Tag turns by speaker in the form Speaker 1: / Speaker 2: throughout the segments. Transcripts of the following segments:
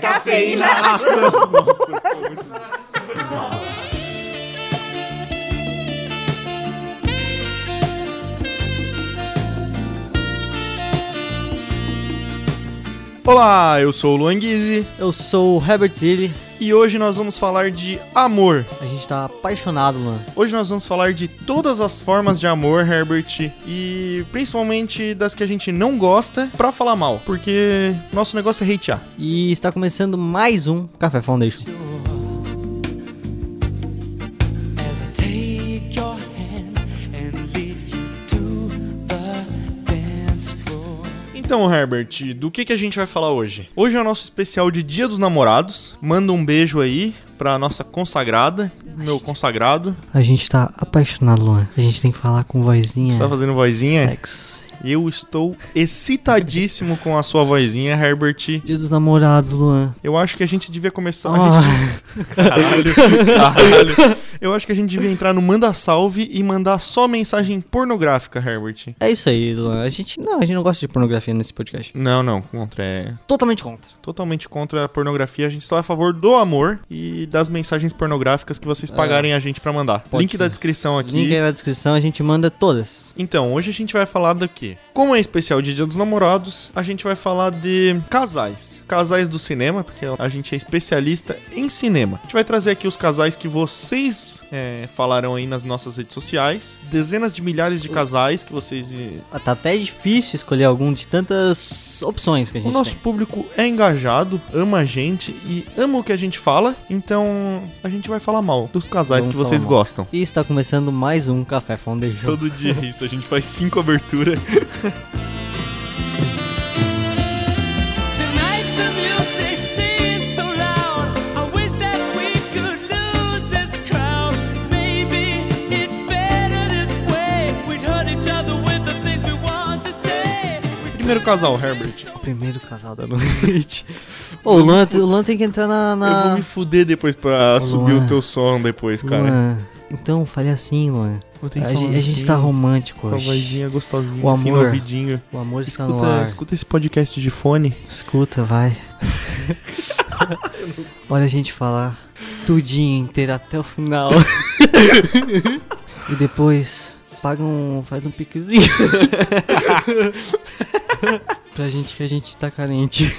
Speaker 1: cafeína.
Speaker 2: Nossa, foi muito bom.
Speaker 3: Olá, eu sou o Luan Guizzi
Speaker 1: Eu sou o Herbert Zilli.
Speaker 3: e hoje nós vamos falar de amor.
Speaker 1: A gente tá apaixonado, Luan.
Speaker 3: Hoje nós vamos falar de todas as formas de amor, Herbert, e principalmente das que a gente não gosta pra falar mal, porque nosso negócio é hatear.
Speaker 1: E está começando mais um Café Foundation.
Speaker 4: As I take your hand and lead you to the dance floor.
Speaker 3: Então, Herbert, do que, que a gente vai falar hoje? Hoje é o nosso especial de Dia dos Namorados. Manda um beijo aí pra nossa consagrada, meu consagrado.
Speaker 1: A gente tá apaixonado, Luan. A gente tem que falar com vozinha.
Speaker 3: Você tá fazendo vozinha?
Speaker 1: Sexy.
Speaker 3: Eu estou excitadíssimo com a sua vozinha, Herbert.
Speaker 1: Dia dos namorados, Luan.
Speaker 3: Eu acho que a gente devia começar. a gente-
Speaker 1: Ah,
Speaker 3: Caralho, caralho. Eu acho que a gente devia entrar no Manda Salve e mandar só mensagem pornográfica, Herbert.
Speaker 1: é isso aí, Luan. A gente. Não, a gente não gosta de pornografia nesse podcast.
Speaker 3: Não, não, contra. É
Speaker 1: Totalmente contra.
Speaker 3: totalmente contra a pornografia. A gente só é a favor do amor e das mensagens pornográficas que vocês pagarem a gente pra mandar.
Speaker 1: É. Pode
Speaker 3: Link da
Speaker 1: ser.
Speaker 3: descrição aqui.
Speaker 1: Link aí na descrição, a gente manda todas.
Speaker 3: Então, hoje a gente vai falar do quê? Como é especial de Dia dos Namorados, a gente vai falar de casais. Casais do cinema, porque a gente é especialista em cinema. A gente vai trazer aqui os casais que vocês é, falaram aí nas nossas redes sociais. Dezenas de milhares de casais que vocês. eh,
Speaker 1: Ah, Tá até difícil escolher algum de tantas opções que a
Speaker 3: O
Speaker 1: gente
Speaker 3: nosso
Speaker 1: tem.
Speaker 3: público é engajado, ama a gente e ama o que a gente fala. Então, a gente vai falar mal dos casais
Speaker 1: Vamos
Speaker 3: que vocês
Speaker 1: falar mal.
Speaker 3: gostam.
Speaker 1: E está começando mais um Café Foundation.
Speaker 3: Todo dia é isso, a gente faz cinco aberturas.
Speaker 4: Tonight the music seems so loud. I wish that we could lose this crowd. Maybe it's better this way. We'd hurt each other with the things we want to say.
Speaker 3: Primeiro casal, Herbert.
Speaker 1: Primeiro casal da noite. Ô, o Luan, o Luan tem que entrar na.
Speaker 3: Eu vou
Speaker 1: na...
Speaker 3: me fuder depois pra
Speaker 1: é.
Speaker 3: subir
Speaker 1: Luan.
Speaker 3: o teu som depois, cara.
Speaker 1: Luan, então fale assim, Luan.
Speaker 3: Vou ter que
Speaker 1: A, gente-
Speaker 3: falar
Speaker 1: a gente
Speaker 3: assim,
Speaker 1: tá romântico
Speaker 3: Com a
Speaker 1: hoje.
Speaker 3: vozinha gostosinha,
Speaker 1: O
Speaker 3: assim, no
Speaker 1: amor.
Speaker 3: ouvidinho.
Speaker 1: O amor está no
Speaker 3: Escuta,
Speaker 1: ar.
Speaker 3: escuta esse podcast de fone.
Speaker 1: Escuta, vai. Olha a gente falar tudinho inteiro até o final. e depois paga um. faz um piquezinho. pra gente que a gente tá carente.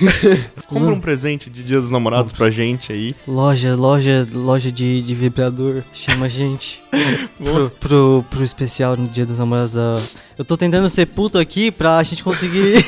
Speaker 3: Compra um
Speaker 1: Hum.
Speaker 3: presente de Dia dos Namorados pra gente aí.
Speaker 1: Loja, loja, loja de, de vibrador, chama a gente pro, pro, pro especial no dia dos namorados da... Eu tô tentando ser puto aqui pra gente conseguir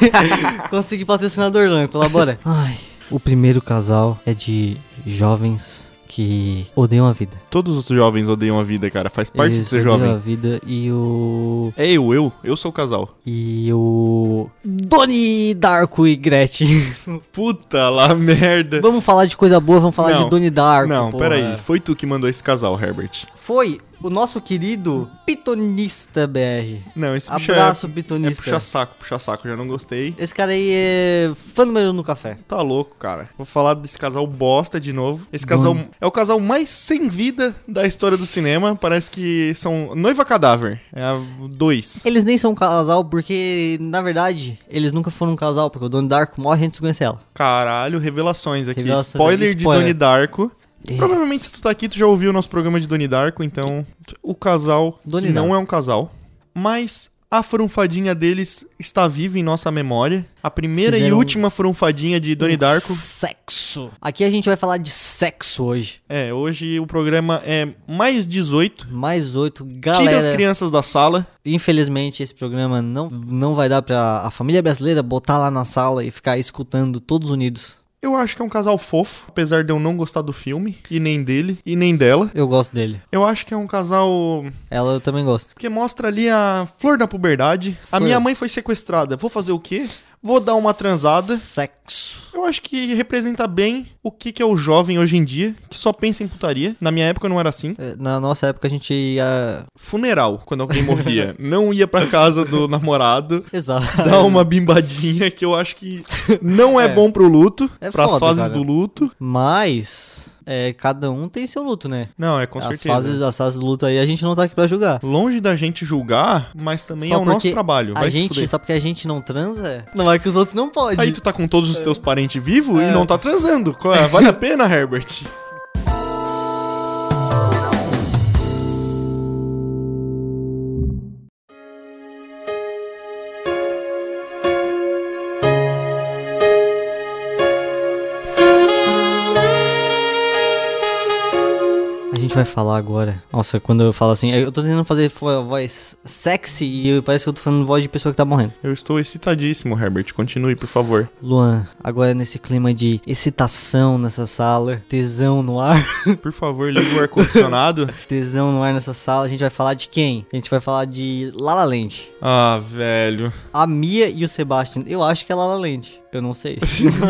Speaker 1: conseguir patrocinador, Lan, colabora. Ai, o primeiro casal é de jovens que odeiam a vida.
Speaker 3: Todos os jovens odeiam a vida, cara. Faz parte de
Speaker 1: Eles
Speaker 3: ser
Speaker 1: odeiam a
Speaker 3: jovem.
Speaker 1: vida e o...
Speaker 3: É eu, eu. Eu sou o casal.
Speaker 1: e o... Doni Darko e Gretchen.
Speaker 3: Puta lá merda.
Speaker 1: vamos falar de coisa boa, vamos falar
Speaker 3: Não.
Speaker 1: de Doni Darko,
Speaker 3: Não,
Speaker 1: porra.
Speaker 3: peraí. Foi tu que mandou esse casal, Herbert.
Speaker 1: Foi o nosso querido Pitonista BR.
Speaker 3: Não, esse bicho
Speaker 1: Abraço,
Speaker 3: é, é
Speaker 1: Pitonista.
Speaker 3: puxa saco, puxa saco. Já não gostei.
Speaker 1: Esse cara aí é fã número um no café.
Speaker 3: Tá louco, cara. Vou falar desse casal bosta de novo. Esse casal é o casal mais sem vida da história do cinema. Parece que são Noiva Cadáver. É a dois.
Speaker 1: Eles nem são um casal porque, na verdade, eles nunca foram um casal, porque o Donnie Darko morre antes de conhecer ela.
Speaker 3: Caralho, revelações aqui.
Speaker 1: Revelações,
Speaker 3: spoiler, de
Speaker 1: spoiler.
Speaker 3: Doni Darko.
Speaker 1: Ih.
Speaker 3: Provavelmente se tu tá aqui, tu já ouviu o nosso programa de Doni Darko, então o casal
Speaker 1: Donnie
Speaker 3: que não
Speaker 1: Darko.
Speaker 3: é um casal, mas a frunfadinha deles está viva em nossa memória. A primeira e
Speaker 1: Fizeram- um
Speaker 3: última frunfadinha de Doni Darko.
Speaker 1: Sexo. Aqui a gente vai falar de sexo hoje.
Speaker 3: É, hoje o programa é mais 18.
Speaker 1: Mais oito,
Speaker 3: Tira as
Speaker 1: galera.
Speaker 3: crianças da sala.
Speaker 1: Infelizmente, esse programa não, não vai dar pra a família brasileira botar lá na sala e ficar escutando todos unidos.
Speaker 3: Eu acho que é um casal fofo, apesar de eu não gostar do filme, e nem dele, e nem dela.
Speaker 1: Eu gosto dele.
Speaker 3: Eu acho que é um casal
Speaker 1: Ela eu também gosto.
Speaker 3: que mostra ali a flor da puberdade. A
Speaker 1: Flor.
Speaker 3: minha mãe foi sequestrada, vou fazer o quê? Vou dar uma transada.
Speaker 1: Sexo.
Speaker 3: Eu acho que representa bem o que, que é o jovem hoje em dia, que só pensa em putaria. Na minha época não era assim.
Speaker 1: Eh, Na nossa época a gente ia.
Speaker 3: Funeral, quando alguém morria. não ia pra casa do namorado.
Speaker 1: Exato.
Speaker 3: Dar uma bimbadinha que eu acho que não é, bom pro luto,
Speaker 1: É
Speaker 3: pras
Speaker 1: foda,
Speaker 3: fases
Speaker 1: cara.
Speaker 3: do luto.
Speaker 1: Mas é, cada um tem seu luto, né?
Speaker 3: Não, é com
Speaker 1: as
Speaker 3: certeza.
Speaker 1: fases, as fases de luto aí a gente não tá aqui pra julgar.
Speaker 3: Longe da gente julgar, mas também é o nosso
Speaker 1: porque
Speaker 3: trabalho.
Speaker 1: A
Speaker 3: Vai se
Speaker 1: gente, tá
Speaker 3: fuder.
Speaker 1: só porque a gente não transa, não é que os outros não podem.
Speaker 3: Aí tu tá com todos os teus parentes vivos
Speaker 1: É.
Speaker 3: e não tá transando. Qual é? Vale a pena, Herbert?
Speaker 1: A gente vai falar agora. Nossa, quando eu falo assim, eu tô tentando fazer fo- voz sexy e parece que eu tô falando voz de pessoa que tá morrendo.
Speaker 3: Eu estou excitadíssimo, Herbert. Continue, por favor.
Speaker 1: Luan, agora nesse clima de excitação nessa sala, tesão no ar,
Speaker 3: Por favor, liga o ar-condicionado.
Speaker 1: tesão no ar nessa sala, a gente vai falar de quem? A gente vai falar de Lala Land.
Speaker 3: Ah, velho.
Speaker 1: A Mia e o Sebastian. Eu acho que é Lala Land. Eu não sei.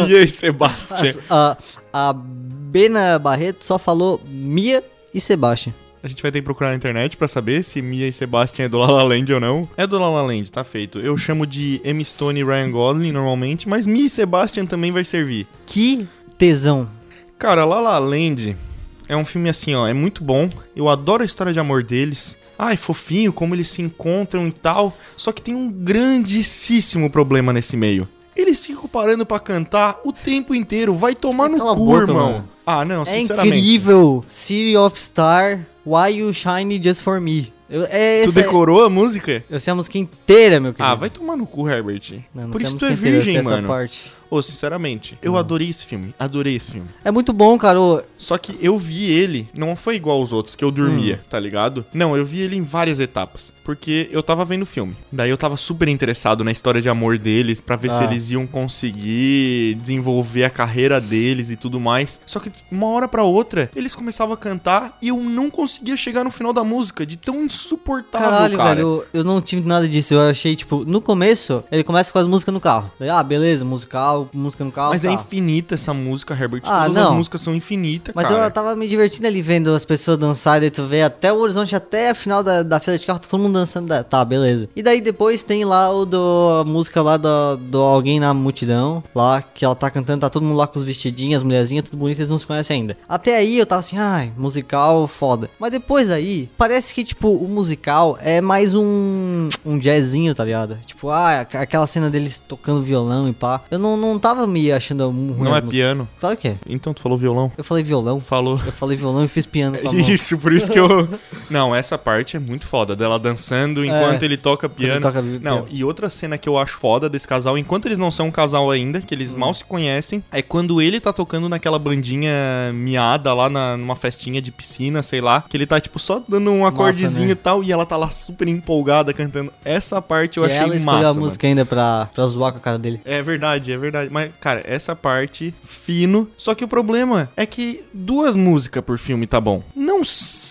Speaker 3: E aí, Sebastian?
Speaker 1: a, ah, a Bena Barreto só falou Mia e Sebastian.
Speaker 3: A gente vai ter que procurar na internet pra saber se Mia e Sebastian é do La La Land ou não. É do La La Land, tá feito. Eu chamo de M. Stone e Ryan Gosling normalmente, mas Mia e Sebastian também vai servir.
Speaker 1: Que tesão.
Speaker 3: Cara, La La Land é um filme assim, ó, é muito bom. Eu adoro a história de amor deles. Ai, fofinho, como eles se encontram e tal. Só que tem um grandíssimo problema nesse meio. Eles ficam parando pra cantar o tempo inteiro. Vai tomar no
Speaker 1: Cala a
Speaker 3: cu,
Speaker 1: boca,
Speaker 3: irmão.
Speaker 1: mano.
Speaker 3: Ah, não,
Speaker 1: É
Speaker 3: sinceramente.
Speaker 1: incrível. City of Star, Why You Shine Just For Me. Eu, é,
Speaker 3: Tu
Speaker 1: essa,
Speaker 3: decorou a música?
Speaker 1: eu sei a música inteira, meu querido.
Speaker 3: Ah, vai tomar no cu, Herbert.
Speaker 1: Não, não
Speaker 3: Por
Speaker 1: sei a
Speaker 3: isso tu
Speaker 1: música
Speaker 3: é
Speaker 1: inteira, eu sei
Speaker 3: virgem,
Speaker 1: Essa
Speaker 3: mano.
Speaker 1: parte.
Speaker 3: Ô, sinceramente, eu adorei esse filme. Adorei esse filme.
Speaker 1: É muito bom, cara. ô.
Speaker 3: Só que eu vi ele, não foi igual aos outros, que eu dormia,
Speaker 1: Hum.
Speaker 3: tá ligado? Não, eu vi ele em várias etapas. Porque eu tava vendo o filme. Daí eu tava super interessado na história de amor deles, pra ver se
Speaker 1: Ah.
Speaker 3: eles iam conseguir desenvolver a carreira deles e tudo mais. Só que uma hora pra outra, eles começavam a cantar e eu não conseguia chegar no final da música, de tão insuportável,
Speaker 1: Caralho,
Speaker 3: cara.
Speaker 1: velho, eu, eu não tive nada disso. Eu achei, tipo, no começo, ele começa com as músicas no carro. Daí, Ah, beleza, musical, música no carro.
Speaker 3: Mas é
Speaker 1: tá.
Speaker 3: infinita essa música, Herbert.
Speaker 1: Ah,
Speaker 3: Todas as
Speaker 1: não.
Speaker 3: músicas são infinitas,
Speaker 1: Mas tá
Speaker 3: cara.
Speaker 1: eu tava me divertindo ali vendo as pessoas dançarem, daí tu vê até o horizonte, até a final da, da fila de carro, tá todo mundo dançando. da- Tá, beleza. E daí depois tem lá o do a música lá do, do Alguém na Multidão, lá que ela tá cantando, tá todo mundo lá com os vestidinhos, as mulherzinhas, tudo bonito, eles não se conhecem ainda. Até aí eu tava assim, ai, musical foda. Mas depois aí, parece que, tipo, o musical é mais um, um jazzinho, tá ligado? Tipo, ah, aqu- aquela cena deles tocando violão e pá. Eu não, não tava me achando ruim.
Speaker 3: Não
Speaker 1: as
Speaker 3: é
Speaker 1: músicas.
Speaker 3: piano.
Speaker 1: Claro que é.
Speaker 3: Então tu falou violão?
Speaker 1: Eu falei violão,
Speaker 3: Falou.
Speaker 1: eu falei violão e fiz piano com a mão.
Speaker 3: Isso, por isso que eu. Não, essa parte é muito foda, dela dançando enquanto ele toca piano.
Speaker 1: É. ele toca vi-
Speaker 3: não,
Speaker 1: piano.
Speaker 3: e outra cena que eu acho foda desse casal, enquanto eles não são um casal ainda, que
Speaker 1: Hum.
Speaker 3: eles mal se conhecem, é quando ele tá tocando naquela bandinha miada lá na- numa festinha de piscina, sei lá, que ele tá tipo só dando um acordezinho
Speaker 1: né?
Speaker 3: e tal, e ela tá lá super empolgada cantando. Essa parte eu
Speaker 1: que é
Speaker 3: achei
Speaker 1: ela escolheu
Speaker 3: massa.
Speaker 1: a
Speaker 3: mano.
Speaker 1: música ainda pra, pra zoar com a cara dele.
Speaker 3: É verdade, é verdade. Mas, cara, essa parte, fino. Só que o problema é que duas músicas por filme tá bom. Não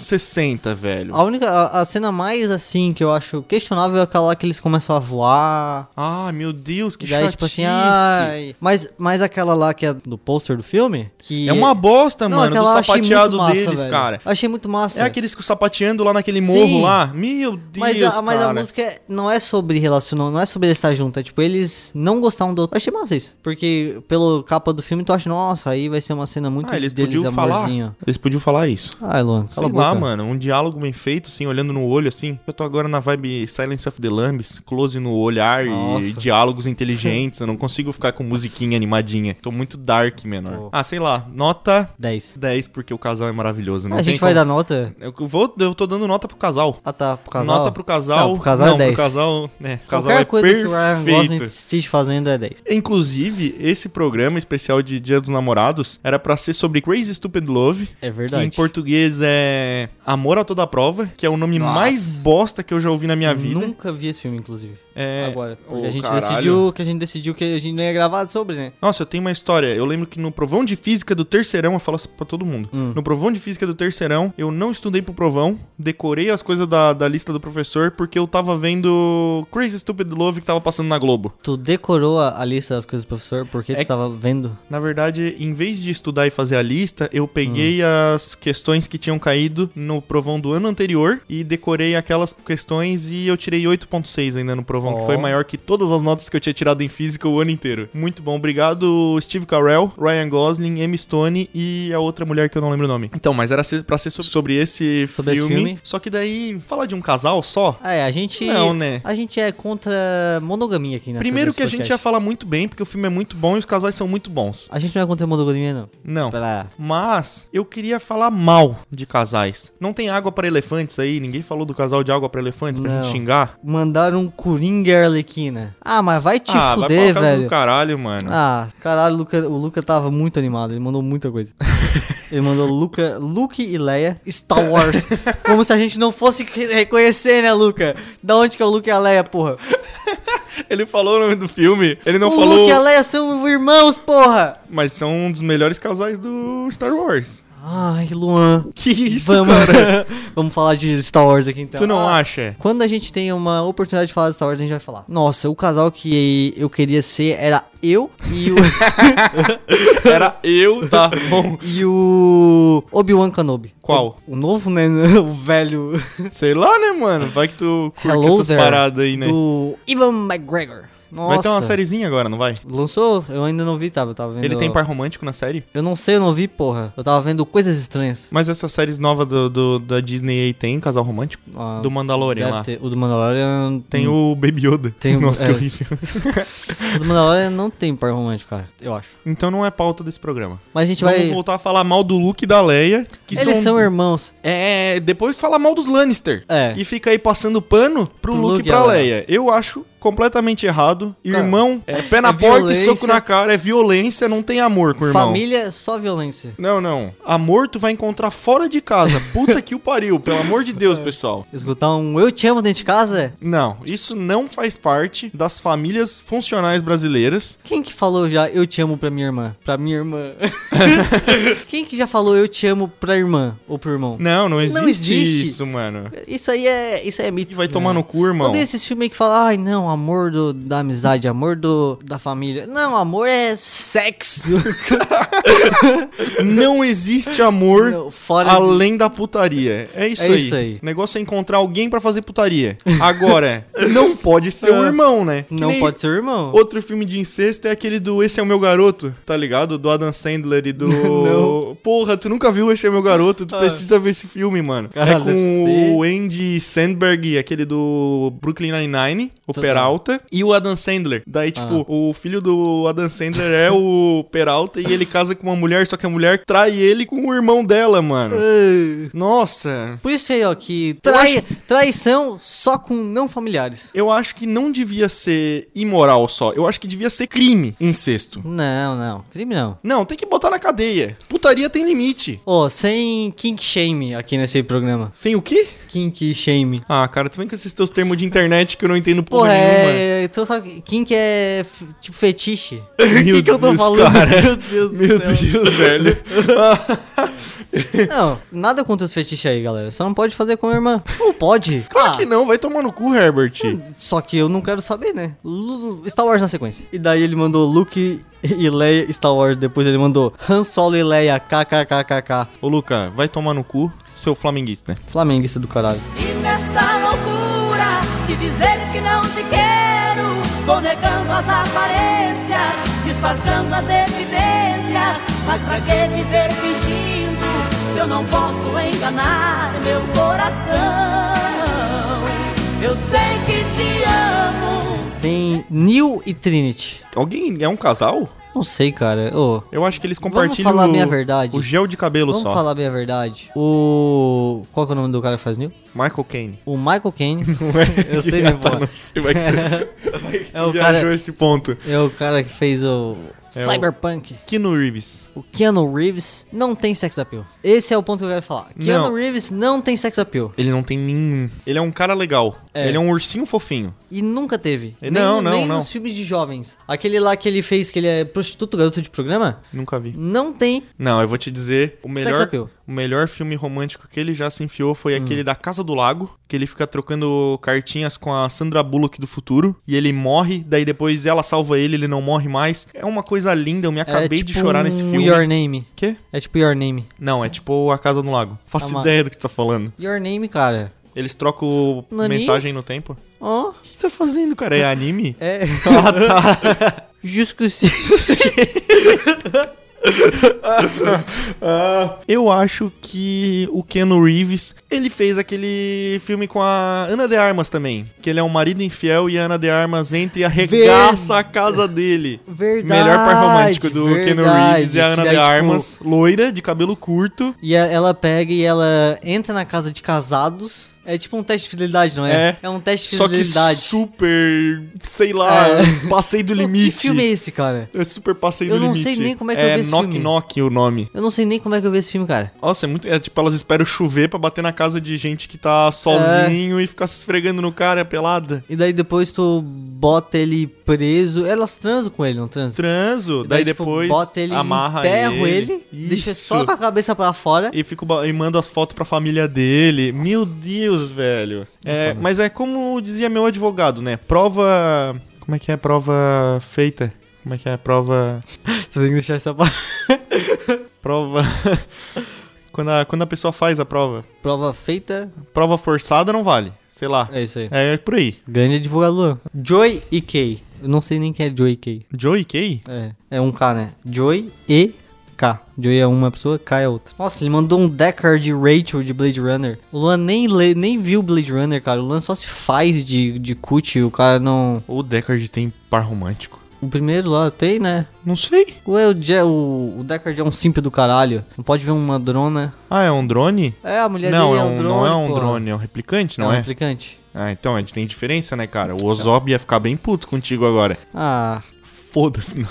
Speaker 3: 60, velho.
Speaker 1: A única, a, a cena mais assim que eu acho questionável é aquela lá que eles começam a voar.
Speaker 3: Ah, meu Deus, que
Speaker 1: e daí,
Speaker 3: chatice.
Speaker 1: tipo assim, ai. Mas, mas aquela lá que é do pôster do filme? Que
Speaker 3: É uma bosta,
Speaker 1: Não,
Speaker 3: mano, do
Speaker 1: aquela eu achei muito
Speaker 3: sapateado
Speaker 1: massa,
Speaker 3: deles,
Speaker 1: velho.
Speaker 3: cara.
Speaker 1: Eu achei muito massa.
Speaker 3: É aqueles que sapateando lá naquele morro
Speaker 1: Sim.
Speaker 3: lá. Meu Deus,
Speaker 1: mas, a, mas a
Speaker 3: cara.
Speaker 1: música é- não é sobre relacionar, não é sobre eles estar junto, é tipo eles não gostar um do outro. Eu achei massa isso. Porque pelo capa do filme tu acha, nossa, aí vai ser uma cena muito
Speaker 3: Ah, eles
Speaker 1: deles
Speaker 3: podiam falar.
Speaker 1: amorzinho.
Speaker 3: Eles podiam falar isso.
Speaker 1: Ai, Luan, cala
Speaker 3: Sei
Speaker 1: a boca.
Speaker 3: lá, mano, um diálogo bem feito, assim, olhando no olho, assim. Eu tô agora na vibe Silence of the Lambs, close no olhar e
Speaker 1: Nossa.
Speaker 3: diálogos inteligentes. eu não consigo ficar com musiquinha animadinha. Tô muito dark, menor.
Speaker 1: Tô.
Speaker 3: Ah, sei lá, nota
Speaker 1: 10.
Speaker 3: 10, porque o casal é maravilhoso. Não
Speaker 1: A
Speaker 3: tem
Speaker 1: gente vai
Speaker 3: como-
Speaker 1: dar nota?
Speaker 3: Eu, vou, eu tô dando nota pro casal.
Speaker 1: Ah, tá, pro casal.
Speaker 3: Nota pro casal.
Speaker 1: Não, pro casal é 10.
Speaker 3: pro casal, né, o casal
Speaker 1: Qualquer
Speaker 3: é
Speaker 1: coisa
Speaker 3: perfeito.
Speaker 1: que o Ryan Gosling esteja fazendo é 10.
Speaker 3: Inclusive, esse programa especial de Dia dos Namorados era pra ser sobre Crazy Stupid Love,
Speaker 1: É
Speaker 3: que em português é Amor a Toda Prova, que é o nome
Speaker 1: Nossa.
Speaker 3: mais bosta que eu já ouvi na minha vida.
Speaker 1: Nunca vi esse filme, inclusive.
Speaker 3: É,
Speaker 1: Agora. Porque
Speaker 3: ô,
Speaker 1: a gente
Speaker 3: caralho.
Speaker 1: decidiu que a gente decidiu que a gente não ia gravar sobre, né?
Speaker 3: Nossa, eu tenho uma história. Eu lembro que no provão de física do terceirão, eu falo isso pra todo mundo.
Speaker 1: Hum.
Speaker 3: No provão de física do terceirão, eu não estudei pro provão, decorei as coisas da, da lista do professor, porque eu tava vendo Crazy Stupid Love que tava passando na Globo.
Speaker 1: Tu decorou a, a lista das coisas do professor? Por que
Speaker 3: É
Speaker 1: tu tava vendo?
Speaker 3: Na verdade, em vez de estudar e fazer a lista, eu peguei as questões que tinham caído no provão do ano anterior e decorei aquelas questões e eu tirei 8.6 ainda no provão, que
Speaker 1: Ó.
Speaker 3: foi maior que todas as notas que eu tinha tirado em física o ano inteiro. Muito bom, obrigado Steve Carell, Ryan Gosling, Emma Stone e a outra mulher que eu não lembro o nome. Então, mas era se- pra ser sobre, sobre esse
Speaker 1: Sobre esse
Speaker 3: filme.
Speaker 1: filme.
Speaker 3: Só que daí, falar de um casal só...
Speaker 1: Ah, é, a gente.
Speaker 3: Não, né?
Speaker 1: A gente é contra monogamia aqui nessa
Speaker 3: Primeiro
Speaker 1: nesse
Speaker 3: que a gente ia
Speaker 1: podcast.
Speaker 3: falar muito bem, porque o filme é muito bom e os casais são muito bons.
Speaker 1: A gente não é contra monogamia, não.
Speaker 3: Não.
Speaker 1: Pra...
Speaker 3: Mas eu queria falar mal de casais. Não tem água pra elefantes aí? Ninguém falou do casal de água pra elefantes pra
Speaker 1: Não.
Speaker 3: gente xingar?
Speaker 1: Mandaram um Coringa e Arlequina. Ah, mas vai te
Speaker 3: ah, vai
Speaker 1: fuder,
Speaker 3: pra casa do
Speaker 1: velho.
Speaker 3: caralho, mano.
Speaker 1: Ah, caralho, o Luca, o Luca tava muito animado, ele mandou muita coisa. Ele mandou Luca, Luke e Leia, Star Wars. Como se a gente não fosse re- reconhecer, né, Luca? Da onde que é o Luke e a Leia, porra?
Speaker 3: Ele falou o nome do filme, ele não
Speaker 1: o
Speaker 3: falou.
Speaker 1: Luke e a Leia são irmãos, porra!
Speaker 3: Mas são um dos melhores casais do Star Wars.
Speaker 1: Ai, Luan.
Speaker 3: Que isso,
Speaker 1: Vamos,
Speaker 3: cara?
Speaker 1: vamos falar de Star Wars aqui então.
Speaker 3: Tu não
Speaker 1: Ah,
Speaker 3: acha?
Speaker 1: Quando a gente tem uma oportunidade de falar de Star Wars, a gente vai falar. Nossa, o casal que eu queria ser era eu e o,
Speaker 3: Era eu, tá bom.
Speaker 1: e o Obi-Wan Kenobi.
Speaker 3: Qual?
Speaker 1: O, o novo, né? O velho
Speaker 3: Sei lá, né, mano? Vai que tu curte
Speaker 1: Hello
Speaker 3: essas
Speaker 1: there,
Speaker 3: paradas aí, né?
Speaker 1: do Ivan McGregor. Nossa.
Speaker 3: Vai ter uma sériezinha agora, não vai?
Speaker 1: Lançou? Eu ainda não vi, tava, eu tava vendo...
Speaker 3: Ele tem par romântico na série?
Speaker 1: Eu não sei, eu não vi, porra. Eu tava vendo Coisas Estranhas.
Speaker 3: Mas essas séries novas do, do- da Disney aí tem casal romântico?
Speaker 1: Ah,
Speaker 3: do Mandalorian
Speaker 1: deve
Speaker 3: lá.
Speaker 1: ter. O do Mandalorian...
Speaker 3: Tem o Baby Yoda.
Speaker 1: Hum. Tem o-
Speaker 3: Nossa, que
Speaker 1: é.
Speaker 3: horrível.
Speaker 1: O do Mandalorian não tem par romântico, cara. Eu acho.
Speaker 3: Então não é pauta desse programa.
Speaker 1: Mas a gente
Speaker 3: Vamos
Speaker 1: vai...
Speaker 3: voltar a falar mal do Luke e da Leia, que
Speaker 1: Eles são...
Speaker 3: são...
Speaker 1: irmãos.
Speaker 3: É, depois fala mal dos Lannister.
Speaker 1: É.
Speaker 3: E fica aí passando pano pro
Speaker 1: Pro
Speaker 3: Luke e
Speaker 1: Luke,
Speaker 3: pra
Speaker 1: ela.
Speaker 3: Leia. Eu acho completamente errado.
Speaker 1: Cara,
Speaker 3: Irmão, é pé na
Speaker 1: é
Speaker 3: porta e
Speaker 1: violência.
Speaker 3: soco na cara, é violência, não tem amor com o irmão.
Speaker 1: Família, só violência.
Speaker 3: Não, não. Amor tu vai encontrar fora de casa. Puta que o pariu, pelo amor de
Speaker 1: É.
Speaker 3: Deus, pessoal.
Speaker 1: Escutar um eu te amo dentro de casa?
Speaker 3: Não, isso não faz parte das famílias funcionais brasileiras.
Speaker 1: Quem que falou já eu te amo pra minha irmã? Pra minha irmã. Quem que já falou eu te amo pra irmã ou pro irmão?
Speaker 3: Não, não existe,
Speaker 1: existe.
Speaker 3: isso, mano.
Speaker 1: Isso aí é, isso aí é mito.
Speaker 3: E vai tomar no cu, irmão.
Speaker 1: Não tem esses filmes aí que falam, ai não, amor do, da amizade, amor do, da família. Não, amor é sexo.
Speaker 3: Não existe amor
Speaker 1: Não, fora de-
Speaker 3: além da putaria. É isso
Speaker 1: É
Speaker 3: aí.
Speaker 1: isso aí.
Speaker 3: O negócio é encontrar alguém pra fazer putaria. Agora, não pode ser o
Speaker 1: É.
Speaker 3: irmão, né? Que
Speaker 1: não
Speaker 3: nem
Speaker 1: pode ser o irmão.
Speaker 3: Outro filme de incesto é aquele do Esse é o Meu Garoto, tá ligado? Do Adam Sandler e do.
Speaker 1: Não.
Speaker 3: Porra, tu nunca viu Esse é o Meu Garoto, tu
Speaker 1: Ah.
Speaker 3: precisa ver esse filme, mano. é
Speaker 1: Caralho, deve ser.
Speaker 3: com o Andy Sandberg, aquele do Brooklyn Nine-Nine, o
Speaker 1: Tá, Ah. tá.
Speaker 3: Peralta, e o Adam Sandler. Daí, tipo, o filho do Adam Sandler é o Peralta e ele casa com uma mulher, só que a mulher trai ele com o irmão dela, mano.
Speaker 1: Ah.
Speaker 3: Nossa.
Speaker 1: Por isso aí, ó, que trai- traição só com não familiares.
Speaker 3: Eu acho que não devia ser imoral só. Eu acho que devia ser crime incesto.
Speaker 1: Não, não. Crime não.
Speaker 3: Não, tem que botar na cadeia. Putaria tem limite.
Speaker 1: Ó, sem kink shame aqui nesse programa.
Speaker 3: Sem o quê?
Speaker 1: Kink shame.
Speaker 3: Ah, cara, tu vem com esses teus termos de internet que eu não entendo porra,
Speaker 1: Porra,
Speaker 3: nenhuma.
Speaker 1: é. Então sabe, kink é f- tipo fetiche.
Speaker 3: Meu
Speaker 1: que que eu tô
Speaker 3: Deus,
Speaker 1: falando?
Speaker 3: cara.
Speaker 1: Meu Deus do
Speaker 3: Meu
Speaker 1: céu.
Speaker 3: Deus, velho.
Speaker 1: Não, nada contra os fetiches aí, galera. Só não pode fazer com a irmã. Não pode.
Speaker 3: Claro
Speaker 1: Ah,
Speaker 3: que não, vai tomar no cu, Herbert.
Speaker 1: Só que eu não quero saber, né? Lu- Star Wars na sequência. E daí ele mandou Luke e Leia Star Wars. Depois ele mandou Han Solo e Leia kkkk.
Speaker 3: Ô, Luca, vai tomar no cu, seu flamenguista.
Speaker 1: Flamenguista do caralho.
Speaker 4: E nessa loucura de dizer que não te quero, vou negando as aparências, disfarçando as evidências. Mas pra que viver fingindo se eu não posso enganar meu coração? Eu sei que te amo.
Speaker 1: Tem Neil e Trinity.
Speaker 3: Alguém é um casal?
Speaker 1: Não sei, cara. Ô,
Speaker 3: Eu acho que eles compartilham
Speaker 1: falar a minha
Speaker 3: o-
Speaker 1: verdade?
Speaker 3: o gel de cabelo
Speaker 1: vamos
Speaker 3: só.
Speaker 1: falar bem a verdade. O. Qual que é o nome do cara que faz Neil?
Speaker 3: Michael Caine.
Speaker 1: O Michael Caine. eu sei,
Speaker 3: Ah,
Speaker 1: né,
Speaker 3: tá,
Speaker 1: pô?
Speaker 3: não sei, vai que tu, vai que tu
Speaker 1: É o
Speaker 3: viajou
Speaker 1: cara-
Speaker 3: esse ponto.
Speaker 1: É o cara que fez o.
Speaker 3: É o-
Speaker 1: Cyberpunk.
Speaker 3: Keanu Reeves.
Speaker 1: O Keanu Reeves não tem sex appeal. Esse é o ponto que eu quero falar. Keanu
Speaker 3: Não.
Speaker 1: Reeves não tem sex appeal.
Speaker 3: Ele não tem nenhum. Ele é um cara legal.
Speaker 1: É.
Speaker 3: Ele é um ursinho fofinho.
Speaker 1: E nunca teve.
Speaker 3: E não,
Speaker 1: nem,
Speaker 3: não,
Speaker 1: nem
Speaker 3: não.
Speaker 1: nos filmes de jovens. Aquele lá que ele fez, que ele é prostituto, garoto de programa,
Speaker 3: Nunca vi.
Speaker 1: não tem.
Speaker 3: Não, eu vou te dizer, o melhor,
Speaker 1: appeal. Hum.
Speaker 3: o melhor filme romântico que ele já se enfiou foi aquele da Casa do Lago, que ele fica trocando cartinhas com a Sandra Bullock do futuro, e ele morre, daí depois ela salva ele, ele não morre mais. É uma coisa linda, eu me
Speaker 1: é
Speaker 3: acabei
Speaker 1: tipo
Speaker 3: de chorar
Speaker 1: um
Speaker 3: nesse filme.
Speaker 1: Your Name.
Speaker 3: Quê?
Speaker 1: É tipo Your Name.
Speaker 3: Não, é tipo A Casa no Lago. Faço
Speaker 1: Amado.
Speaker 3: ideia do que tu tá falando.
Speaker 1: Your Name, cara.
Speaker 3: Eles trocam
Speaker 1: Nani?
Speaker 3: mensagem no tempo.
Speaker 1: Ó,
Speaker 3: O que tu tá fazendo, cara? É anime?
Speaker 1: é.
Speaker 3: Ah, tá.
Speaker 1: Jusqueci.
Speaker 3: Eu acho que o Keanu Reeves, ele fez aquele filme com a Ana de Armas também. Que ele é um marido infiel e a Ana de Armas entra e arregaça a casa dele.
Speaker 1: Verdade.
Speaker 3: Melhor par romântico do Keanu
Speaker 1: verdade.
Speaker 3: Reeves e a Ana
Speaker 1: Que
Speaker 3: de
Speaker 1: daí, tipo,
Speaker 3: Armas, loira, de cabelo curto.
Speaker 1: E a- ela pega e ela entra na casa de casados. É tipo um teste de fidelidade, não é?
Speaker 3: É.
Speaker 1: um teste de
Speaker 3: Só que
Speaker 1: fidelidade.
Speaker 3: super, sei lá,
Speaker 1: É.
Speaker 3: passei do
Speaker 1: Pô,
Speaker 3: limite.
Speaker 1: Que filme é esse, cara?
Speaker 3: Eu super passei
Speaker 1: Eu
Speaker 3: do
Speaker 1: não
Speaker 3: limite.
Speaker 1: sei nem como é que eu vi esse
Speaker 3: Knock
Speaker 1: filme.
Speaker 3: Knock o nome.
Speaker 1: Eu não sei nem como é que eu vi esse filme, cara.
Speaker 3: Nossa, é muito. É tipo, elas esperam chover pra bater na casa de gente que tá sozinho
Speaker 1: É.
Speaker 3: e ficar se esfregando no cara é pelada.
Speaker 1: E daí depois tu bota ele preso. Elas transam com ele, não transam?
Speaker 3: Transo,
Speaker 1: E
Speaker 3: daí,
Speaker 1: tipo,
Speaker 3: depois
Speaker 1: bota ele,
Speaker 3: amarra
Speaker 1: enterro ele,
Speaker 3: ele,
Speaker 1: deixa
Speaker 3: Isso.
Speaker 1: só com a cabeça pra fora.
Speaker 3: E, fico, ba- e mando as fotos pra família dele. Meu Deus, velho. É, mas é como dizia meu advogado, né? Prova. Como é que é? Prova feita? Como é que é? Prova.
Speaker 1: Tu tem que deixar essa parte.
Speaker 3: Prova. quando, a, quando a pessoa faz a prova.
Speaker 1: Prova feita.
Speaker 3: Prova forçada não vale. Sei lá.
Speaker 1: É isso aí.
Speaker 3: É, por aí.
Speaker 1: Grande advogado Luan. Joy e Kay. Eu não sei nem quem é Joy e Kay.
Speaker 3: Joey Kay?
Speaker 1: É, é um K, né? Joy e K. Joy é uma pessoa, K é outra. Nossa, ele mandou um Deckard de Rachel de Blade Runner. O Luan nem, lê, nem viu Blade Runner, cara. O Luan só se faz de, de cut. O cara não.
Speaker 3: O Deckard tem par romântico?
Speaker 1: O primeiro lá tem, né?
Speaker 3: Não sei.
Speaker 1: Ué, o, Je- o, o Deckard é um simp do caralho. Não pode ver uma drona.
Speaker 3: Ah, é um drone?
Speaker 1: É, a mulher
Speaker 3: não,
Speaker 1: dele
Speaker 3: é
Speaker 1: é um drone.
Speaker 3: não é um
Speaker 1: porra.
Speaker 3: drone, é um replicante,
Speaker 1: É
Speaker 3: não
Speaker 1: um
Speaker 3: é?
Speaker 1: replicante.
Speaker 3: Ah, então a gente tem diferença, né, cara? O Ozob ia ficar bem puto contigo agora.
Speaker 1: Ah.
Speaker 3: Foda-se. não.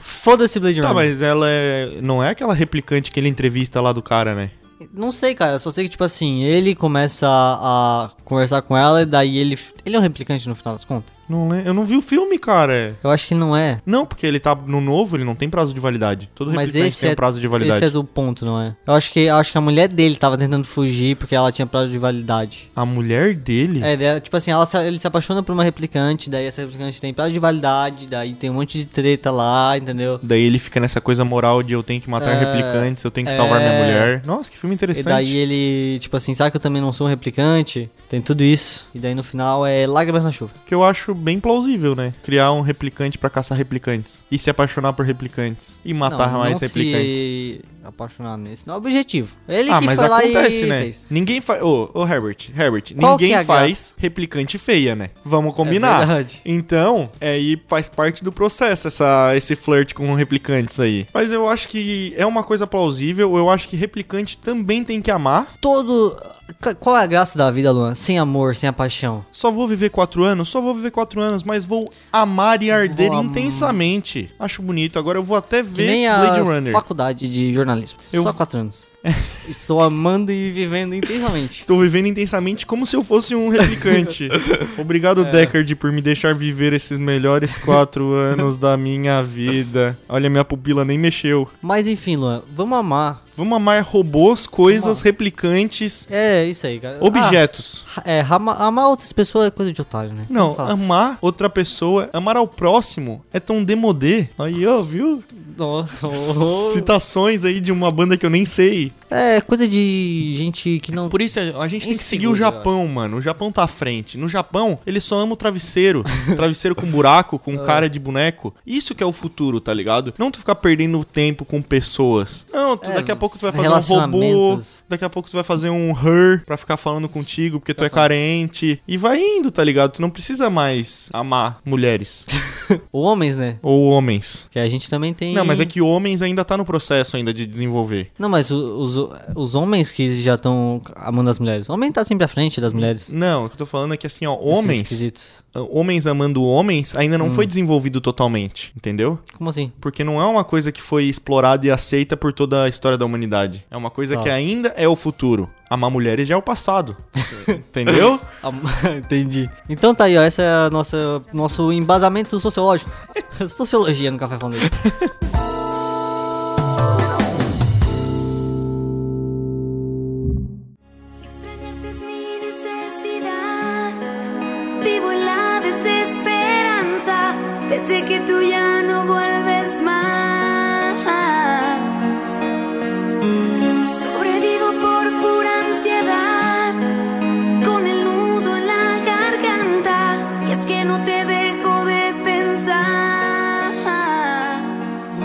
Speaker 1: Foda-se Blade
Speaker 3: Tá,
Speaker 1: Runner.
Speaker 3: mas ela é... não é aquela replicante que ele entrevista lá do cara, né?
Speaker 1: Não sei, cara. eu Só sei que, tipo assim, ele começa a, a conversar com ela e daí ele. Ele é um replicante no final das contas.
Speaker 3: Não le- Eu não vi o filme, cara.
Speaker 1: Eu acho que não é.
Speaker 3: Não, porque ele tá no novo, ele não tem prazo de validade. Todo
Speaker 1: Mas
Speaker 3: replicante
Speaker 1: esse
Speaker 3: tem
Speaker 1: é,
Speaker 3: um prazo de validade.
Speaker 1: esse é do ponto, não é? Eu acho que, eu acho que a mulher dele tava tentando fugir porque ela tinha prazo de validade.
Speaker 3: A mulher dele?
Speaker 1: É, daí, tipo assim, ela se- ele se apaixona por uma replicante, daí essa replicante tem prazo de validade, daí tem um monte de treta lá, entendeu?
Speaker 3: Daí ele fica nessa coisa moral de eu tenho que matar
Speaker 1: É,
Speaker 3: replicantes, eu tenho que
Speaker 1: é.
Speaker 3: salvar minha mulher. Nossa, que filme
Speaker 1: E
Speaker 3: interessante.
Speaker 1: daí ele, tipo assim, sabe que eu também não sou um replicante? Tem tudo isso. E daí no final é lágrimas na chuva.
Speaker 3: Que eu acho bem plausível, né? Criar um replicante pra caçar replicantes. E se apaixonar por replicantes. E matar
Speaker 1: não,
Speaker 3: mais
Speaker 1: não
Speaker 3: replicantes.
Speaker 1: se apaixonar nesse não é o objetivo. Ele
Speaker 3: Ah,
Speaker 1: que
Speaker 3: mas
Speaker 1: foi lá
Speaker 3: acontece,
Speaker 1: e
Speaker 3: né?
Speaker 1: fez.
Speaker 3: Ninguém faz. Ô, ô, Herbert, Herbert,
Speaker 1: Qual que
Speaker 3: ninguém
Speaker 1: é a
Speaker 3: faz replicante feia, né? Vamos combinar.
Speaker 1: É verdade.
Speaker 3: Então, é, e faz parte do processo essa, esse flirt com replicantes aí. Mas eu acho que é uma coisa plausível. Eu acho que replicante também tem que amar.
Speaker 1: Todo. ca- Qual é a graça da vida, Luan? Sem amor, sem a paixão.
Speaker 3: Só vou viver quatro anos, só vou viver quatro anos, mas vou amar e arder
Speaker 1: Vou amar.
Speaker 3: intensamente. Acho bonito. Agora eu vou até
Speaker 1: Que
Speaker 3: ver
Speaker 1: nem a
Speaker 3: Blade Runner.
Speaker 1: faculdade de jornalismo.
Speaker 3: Eu-
Speaker 1: Só quatro anos. Estou amando e vivendo intensamente.
Speaker 3: Estou vivendo intensamente como se eu fosse um replicante.
Speaker 1: É.
Speaker 3: Obrigado, Deckard, por me deixar viver esses melhores quatro anos da minha vida. Olha, minha pupila nem mexeu.
Speaker 1: Mas enfim, Luan, vamos amar.
Speaker 3: Vamos amar robôs, coisas,
Speaker 1: Vamos lá.
Speaker 3: replicantes,
Speaker 1: É isso aí, cara.
Speaker 3: objetos.
Speaker 1: Ah, é, ama- amar outras pessoas é coisa de otário, né?
Speaker 3: Não,
Speaker 1: Vamos falar.
Speaker 3: amar outra pessoa, amar ao próximo é tão demodê. Aí, ó, viu?
Speaker 1: Não, oh, oh.
Speaker 3: tá- Citações aí de uma banda que eu nem sei.
Speaker 1: É coisa de gente que não.
Speaker 3: Por isso, a gente tem que seguir o
Speaker 1: Inseguro, eu
Speaker 3: Japão, mano. O Japão tá à frente. No Japão, ele só ama o travesseiro. travesseiro com buraco, com
Speaker 1: É.
Speaker 3: cara de boneco. Isso que é o futuro, tá ligado? Não tu ficar perdendo tempo com pessoas. Não, tu-
Speaker 1: É,
Speaker 3: daqui a pouco tu vai fazer um robô.
Speaker 1: relacionamentos.
Speaker 3: Daqui a pouco tu vai fazer um her pra ficar falando contigo, porque tu é carente. E vai indo, tá ligado? Tu não precisa mais amar mulheres
Speaker 1: Ou homens, né?
Speaker 3: ou homens. é
Speaker 1: Que a gente também tem.
Speaker 3: Não, mas é que homens ainda tá no processo ainda de desenvolver.
Speaker 1: Não, mas o- os, os homens que já estão amando as mulheres. O homem tá sempre à frente das mulheres.
Speaker 3: Não, o que eu tô falando é que assim, ó,
Speaker 1: Esses
Speaker 3: homens,
Speaker 1: Esquisitos.
Speaker 3: homens amando homens ainda não
Speaker 1: Hum.
Speaker 3: foi desenvolvido totalmente, entendeu?
Speaker 1: Como assim?
Speaker 3: Porque não é uma coisa que foi explorada e aceita por toda a história da humanidade. É uma coisa
Speaker 1: Tá.
Speaker 3: que ainda é o futuro. Amar mulheres já é o passado. entendeu?
Speaker 1: Ah, Entendi. Então tá aí, ó. Esse é a nossa, nosso embasamento sociológico. Sociologia no Café Fondeiro.
Speaker 5: Extrañarte es mi necesidad. Vivo en la desesperanza desde que tú ya no vuelves más. Sobrevivo por pura ansiedad, con el nudo en la garganta. Y es que no te dejo de pensar.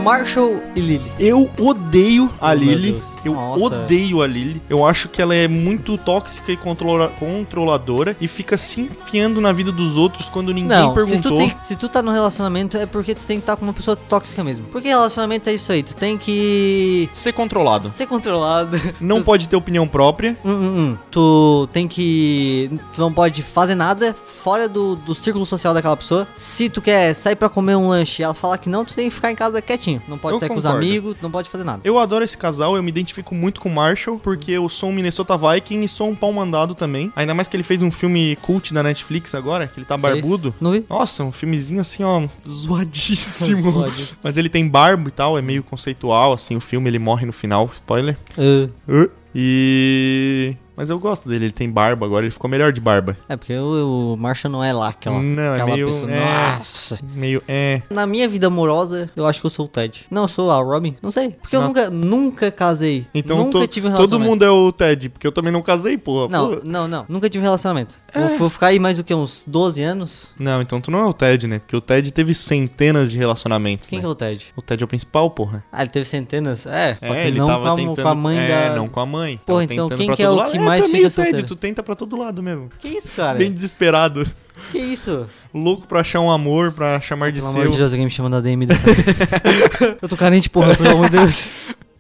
Speaker 1: Marshall e Lily.
Speaker 3: Eu odeio a
Speaker 1: Meu
Speaker 3: Lily.
Speaker 1: Deus.
Speaker 3: Oh, Eu
Speaker 1: Nossa.
Speaker 3: odeio a Lily. Eu acho que ela é muito tóxica e controla- controladora e fica se enfiando na vida dos outros quando ninguém
Speaker 1: Não, se tu,
Speaker 3: perguntou.
Speaker 1: tem- se tu tá no relacionamento é porque tu tem que estar com uma pessoa tóxica mesmo. Porque relacionamento é isso aí, tu tem que
Speaker 3: Ser controlado.
Speaker 1: ser controlado.
Speaker 3: Não pode ter opinião própria.
Speaker 1: Hum, hum, hum. Tu tem que. Tu não pode fazer nada fora do, do círculo social daquela pessoa. Se tu quer sair pra comer um lanche e ela falar que não, tu tem que ficar em casa quietinho. Não pode
Speaker 3: Eu
Speaker 1: sair com os
Speaker 3: concordo.
Speaker 1: amigos, não pode fazer nada.
Speaker 3: Eu adoro esse casal, eu me identifico muito com o Marshall, porque eu sou um Minnesota Viking e sou um pau mandado também. Ainda mais que ele fez um filme cult da Netflix agora, que ele tá barbudo.
Speaker 1: Não vi?
Speaker 3: Nossa, um filmezinho assim, ó, zoadíssimo.
Speaker 1: Zoadíssimo.
Speaker 3: Mas ele tem barba e tal, é meio conceitual, assim, o filme, ele morre no final, spoiler.
Speaker 1: Uh,
Speaker 3: Uh, E... Mas eu gosto dele, ele tem barba agora, ele ficou melhor de barba.
Speaker 1: é porque o, o Marshall não é lá aquela,
Speaker 3: Não, é
Speaker 1: aquela
Speaker 3: meio-
Speaker 1: pessoa.
Speaker 3: é.
Speaker 1: Nossa.
Speaker 3: Meio, é...
Speaker 1: Na minha vida amorosa, eu acho que eu sou o Ted. Não, eu sou a Robin. Não sei. Porque eu
Speaker 3: Não.
Speaker 1: nunca, nunca casei.
Speaker 3: Então
Speaker 1: nunca
Speaker 3: to-
Speaker 1: tive um
Speaker 3: todo
Speaker 1: relacionamento.
Speaker 3: mundo é o Ted, porque eu também não casei, porra.
Speaker 1: Não,
Speaker 3: Pô.
Speaker 1: não, não. Nunca tive um relacionamento.
Speaker 3: É.
Speaker 1: Vou, vou ficar aí mais o que? Uns 12 anos?
Speaker 3: Não, então tu não é o Ted, né? Porque o Ted teve centenas de relacionamentos,
Speaker 1: Quem
Speaker 3: né?
Speaker 1: que é o Ted?
Speaker 3: O Ted é o principal, porra.
Speaker 1: Ah, ele teve centenas? É, só
Speaker 3: é,
Speaker 1: que
Speaker 3: ele
Speaker 1: não
Speaker 3: tava
Speaker 1: com, a- com
Speaker 3: tentando.
Speaker 1: a mãe
Speaker 3: é,
Speaker 1: da...
Speaker 3: não com a mãe.
Speaker 1: Pô,
Speaker 3: Tava
Speaker 1: então
Speaker 3: tentando
Speaker 1: quem
Speaker 3: pra
Speaker 1: que é
Speaker 3: todo
Speaker 1: o
Speaker 3: lado.
Speaker 1: que mais
Speaker 3: tu é meio
Speaker 1: fica
Speaker 3: Ted,
Speaker 1: solteiro?
Speaker 3: tu tenta pra todo lado mesmo.
Speaker 1: Que isso, cara?
Speaker 3: Bem desesperado.
Speaker 1: Que isso?
Speaker 3: Louco pra achar um amor, pra chamar de
Speaker 1: Pelo
Speaker 3: seu.
Speaker 1: amor de Deus, alguém me chama na DM dessa... Eu tô carente, porra, pelo amor de Deus.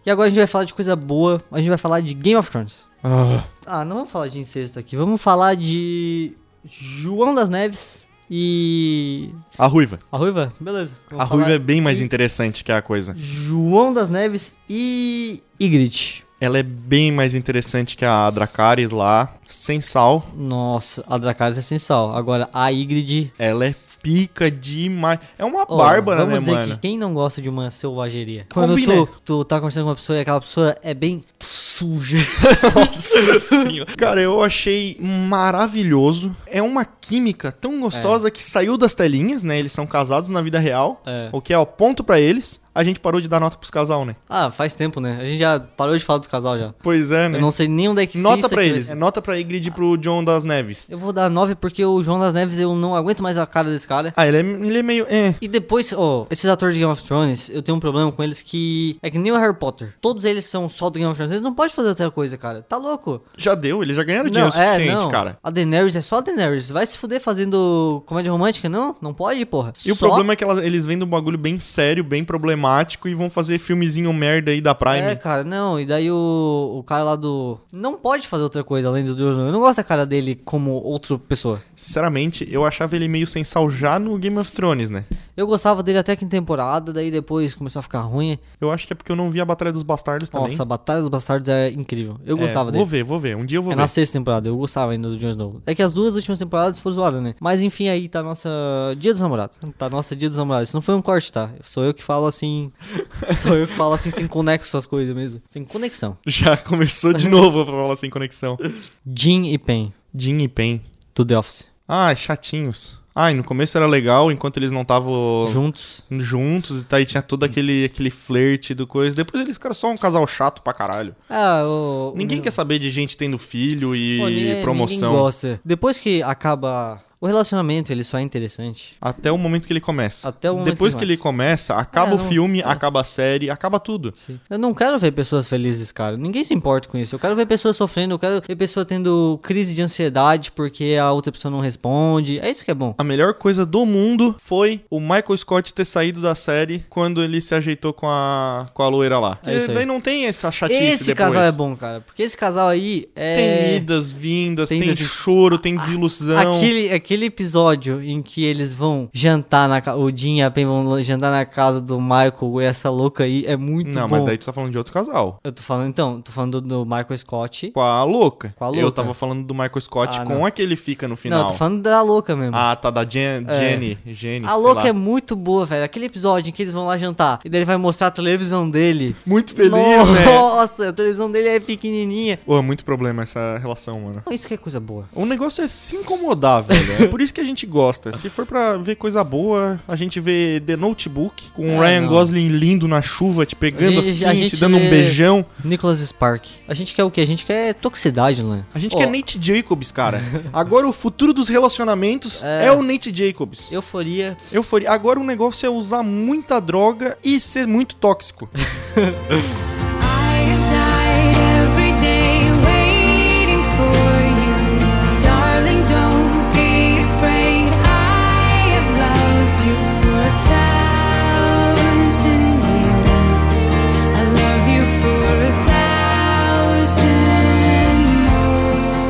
Speaker 1: E agora a gente vai falar de coisa boa. A gente vai falar de Game of Thrones.
Speaker 3: Ah,
Speaker 1: Ah, não vamos falar de incesto aqui. Vamos falar de João das Neves e...
Speaker 3: a ruiva.
Speaker 1: A Ruiva? Beleza.
Speaker 3: a
Speaker 1: Vamos
Speaker 3: ruiva
Speaker 1: falar
Speaker 3: é bem mais
Speaker 1: de
Speaker 3: interessante que a coisa.
Speaker 1: João das Neves e Ygritte.
Speaker 3: Ela é bem mais interessante que a Dracarys lá, sem sal.
Speaker 1: Nossa, a Dracarys é sem sal. Agora, a Ygritte...
Speaker 3: Ela é pica demais. É uma
Speaker 1: Ó,
Speaker 3: bárbara,
Speaker 1: vamos
Speaker 3: né,
Speaker 1: dizer
Speaker 3: mano?
Speaker 1: Que quem não gosta de uma selvageria? Quando
Speaker 3: Combina.
Speaker 1: tu, tu tá conversando com uma pessoa e aquela pessoa é bem suja.
Speaker 3: Nossa senhora. Cara, eu achei maravilhoso. É uma química tão gostosa que saiu das telinhas, né? Eles são casados na vida real.
Speaker 1: É.
Speaker 3: O que é o ponto pra eles. A gente parou de dar nota pros casal, né?
Speaker 1: Ah, faz tempo, né? A gente já parou de falar dos casal já.
Speaker 3: Pois é, né?
Speaker 1: Eu não sei nem onde é que se
Speaker 3: Nota
Speaker 1: isso
Speaker 3: pra
Speaker 1: aqui
Speaker 3: eles.
Speaker 1: vai-
Speaker 3: É Nota pra Ingrid e pro John das Neves.
Speaker 1: Eu vou dar 9 porque o João das Neves eu não aguento mais a cara desse cara.
Speaker 3: Ah, ele é, ele é meio. É.
Speaker 1: E depois, ó, esses atores de Game of Thrones, eu tenho um problema com eles que. É que nem o Harry Potter. Todos eles são só do Game of Thrones. Eles não podem fazer outra coisa, cara. Tá louco?
Speaker 3: Já deu, eles já ganharam dinheiro o
Speaker 1: é,
Speaker 3: suficiente, cara.
Speaker 1: A Daenerys é só a Daenerys. Vai se fuder fazendo comédia romântica? Não, não pode, porra.
Speaker 3: E o
Speaker 1: Só-
Speaker 3: problema é que ela- eles vêm de um bagulho bem sério, bem problemático e vão fazer filmezinho merda aí da Prime.
Speaker 1: É, cara, não. E daí o, o cara lá do. Não pode fazer outra coisa além do Deus. Eu não gosto da cara dele como outra pessoa.
Speaker 3: Sinceramente, eu achava ele meio sem sal já no Game of Thrones, né?
Speaker 1: Eu gostava dele até que em temporada, daí depois começou a ficar ruim.
Speaker 3: Eu acho que é porque eu não vi a Batalha dos Bastardos também.
Speaker 1: Nossa, a Batalha dos Bastardos é incrível. Eu
Speaker 3: É,
Speaker 1: gostava
Speaker 3: Vou
Speaker 1: dele.
Speaker 3: ver, vou ver. Um dia eu vou
Speaker 1: É
Speaker 3: ver.
Speaker 1: na sexta temporada, eu gostava ainda do Jones Novo. É que as duas últimas temporadas foram zoadas, né? Mas enfim, aí tá a nossa Dia dos Namorados. Tá a nossa Dia dos Namorados. Isso não foi um corte, tá? Sou eu que falo assim. sou eu que falo assim sem conexo as coisas mesmo. Sem conexão.
Speaker 3: Já começou de novo a falar sem conexão.
Speaker 1: Jim e Pen,
Speaker 3: Jin e Pen.
Speaker 1: do The Office.
Speaker 3: Ah, chatinhos. Ah, e no começo era legal, enquanto eles não estavam
Speaker 1: Juntos. Hum.
Speaker 3: juntos e tá, e tinha todo aquele, aquele flerte do coisa. Depois eles ficaram só um casal chato pra caralho.
Speaker 1: Ah, o.
Speaker 3: Ninguém quer saber de gente tendo filho e
Speaker 1: Pô, ninguém-
Speaker 3: promoção.
Speaker 1: Ninguém gosta. Depois que acaba O relacionamento, ele só é interessante.
Speaker 3: Até o momento que ele começa.
Speaker 1: Até o momento
Speaker 3: Depois
Speaker 1: que
Speaker 3: que,
Speaker 1: ele
Speaker 3: ele começa, acaba
Speaker 1: É,
Speaker 3: o
Speaker 1: não-
Speaker 3: filme, acaba a série, acaba tudo.
Speaker 1: Sim. Eu não quero ver pessoas felizes, cara. Ninguém se importa com isso. Eu quero ver pessoas sofrendo, eu quero ver pessoa tendo crise de ansiedade porque a outra pessoa não responde. É isso que é bom.
Speaker 3: A melhor coisa do mundo foi o Michael Scott ter saído da série quando ele se ajeitou com a, com a loira lá.
Speaker 1: É isso aí.
Speaker 3: daí não tem essa chatice
Speaker 1: Esse
Speaker 3: depois.
Speaker 1: casal é bom, cara. Porque esse casal aí é.
Speaker 3: Tem idas, vindas,
Speaker 1: Tem
Speaker 3: tem,
Speaker 1: idas e-
Speaker 3: choro, tem desilusão.
Speaker 1: Aquele, é aquele episódio em que eles vão jantar na casa. O Jim e a Pen vão jantar na casa do Michael e essa louca aí é muito
Speaker 3: Não,
Speaker 1: bom.
Speaker 3: mas daí tu tá falando de outro casal.
Speaker 1: Eu tô falando então, tô falando do, do Michael Scott.
Speaker 3: Com a louca.
Speaker 1: Com a
Speaker 3: Eu
Speaker 1: louca.
Speaker 3: tava falando do Michael Scott
Speaker 1: Ah,
Speaker 3: com
Speaker 1: não.
Speaker 3: a que ele fica no
Speaker 1: Não, eu
Speaker 3: final.
Speaker 1: tô falando da louca mesmo.
Speaker 3: Ah, tá, da Jen, Jenny. Jenny.
Speaker 1: A louca é muito boa, velho. Aquele episódio em que eles vão lá jantar e daí ele vai mostrar a televisão dele.
Speaker 3: muito feliz, né?
Speaker 1: Nossa, a televisão dele é pequenininha.
Speaker 3: Ô, é muito problema essa relação, mano.
Speaker 1: Não, Isso que é coisa boa.
Speaker 3: O negócio é se incomodar, velho. É por isso que a gente gosta. Se for pra ver coisa boa, a gente vê The Notebook com o
Speaker 1: É,
Speaker 3: Ryan
Speaker 1: não.
Speaker 3: Gosling lindo na chuva, te pegando
Speaker 1: A gente- a
Speaker 3: assim,
Speaker 1: gente
Speaker 3: te dando
Speaker 1: vê-
Speaker 3: um beijão.
Speaker 1: Nicholas Spark. A gente quer o quê? A gente quer toxicidade, né?
Speaker 3: A gente
Speaker 1: Ó,
Speaker 3: quer Nate Jacobs, cara. Agora o futuro dos relacionamentos é, o Nate Jacobs.
Speaker 1: Euforia.
Speaker 3: Euforia. Agora o negócio é usar muita droga e ser muito tóxico.
Speaker 5: I have died every day waiting for you. Darling, don't be afraid. I have loved you for a thousand years. I love you for a thousand more.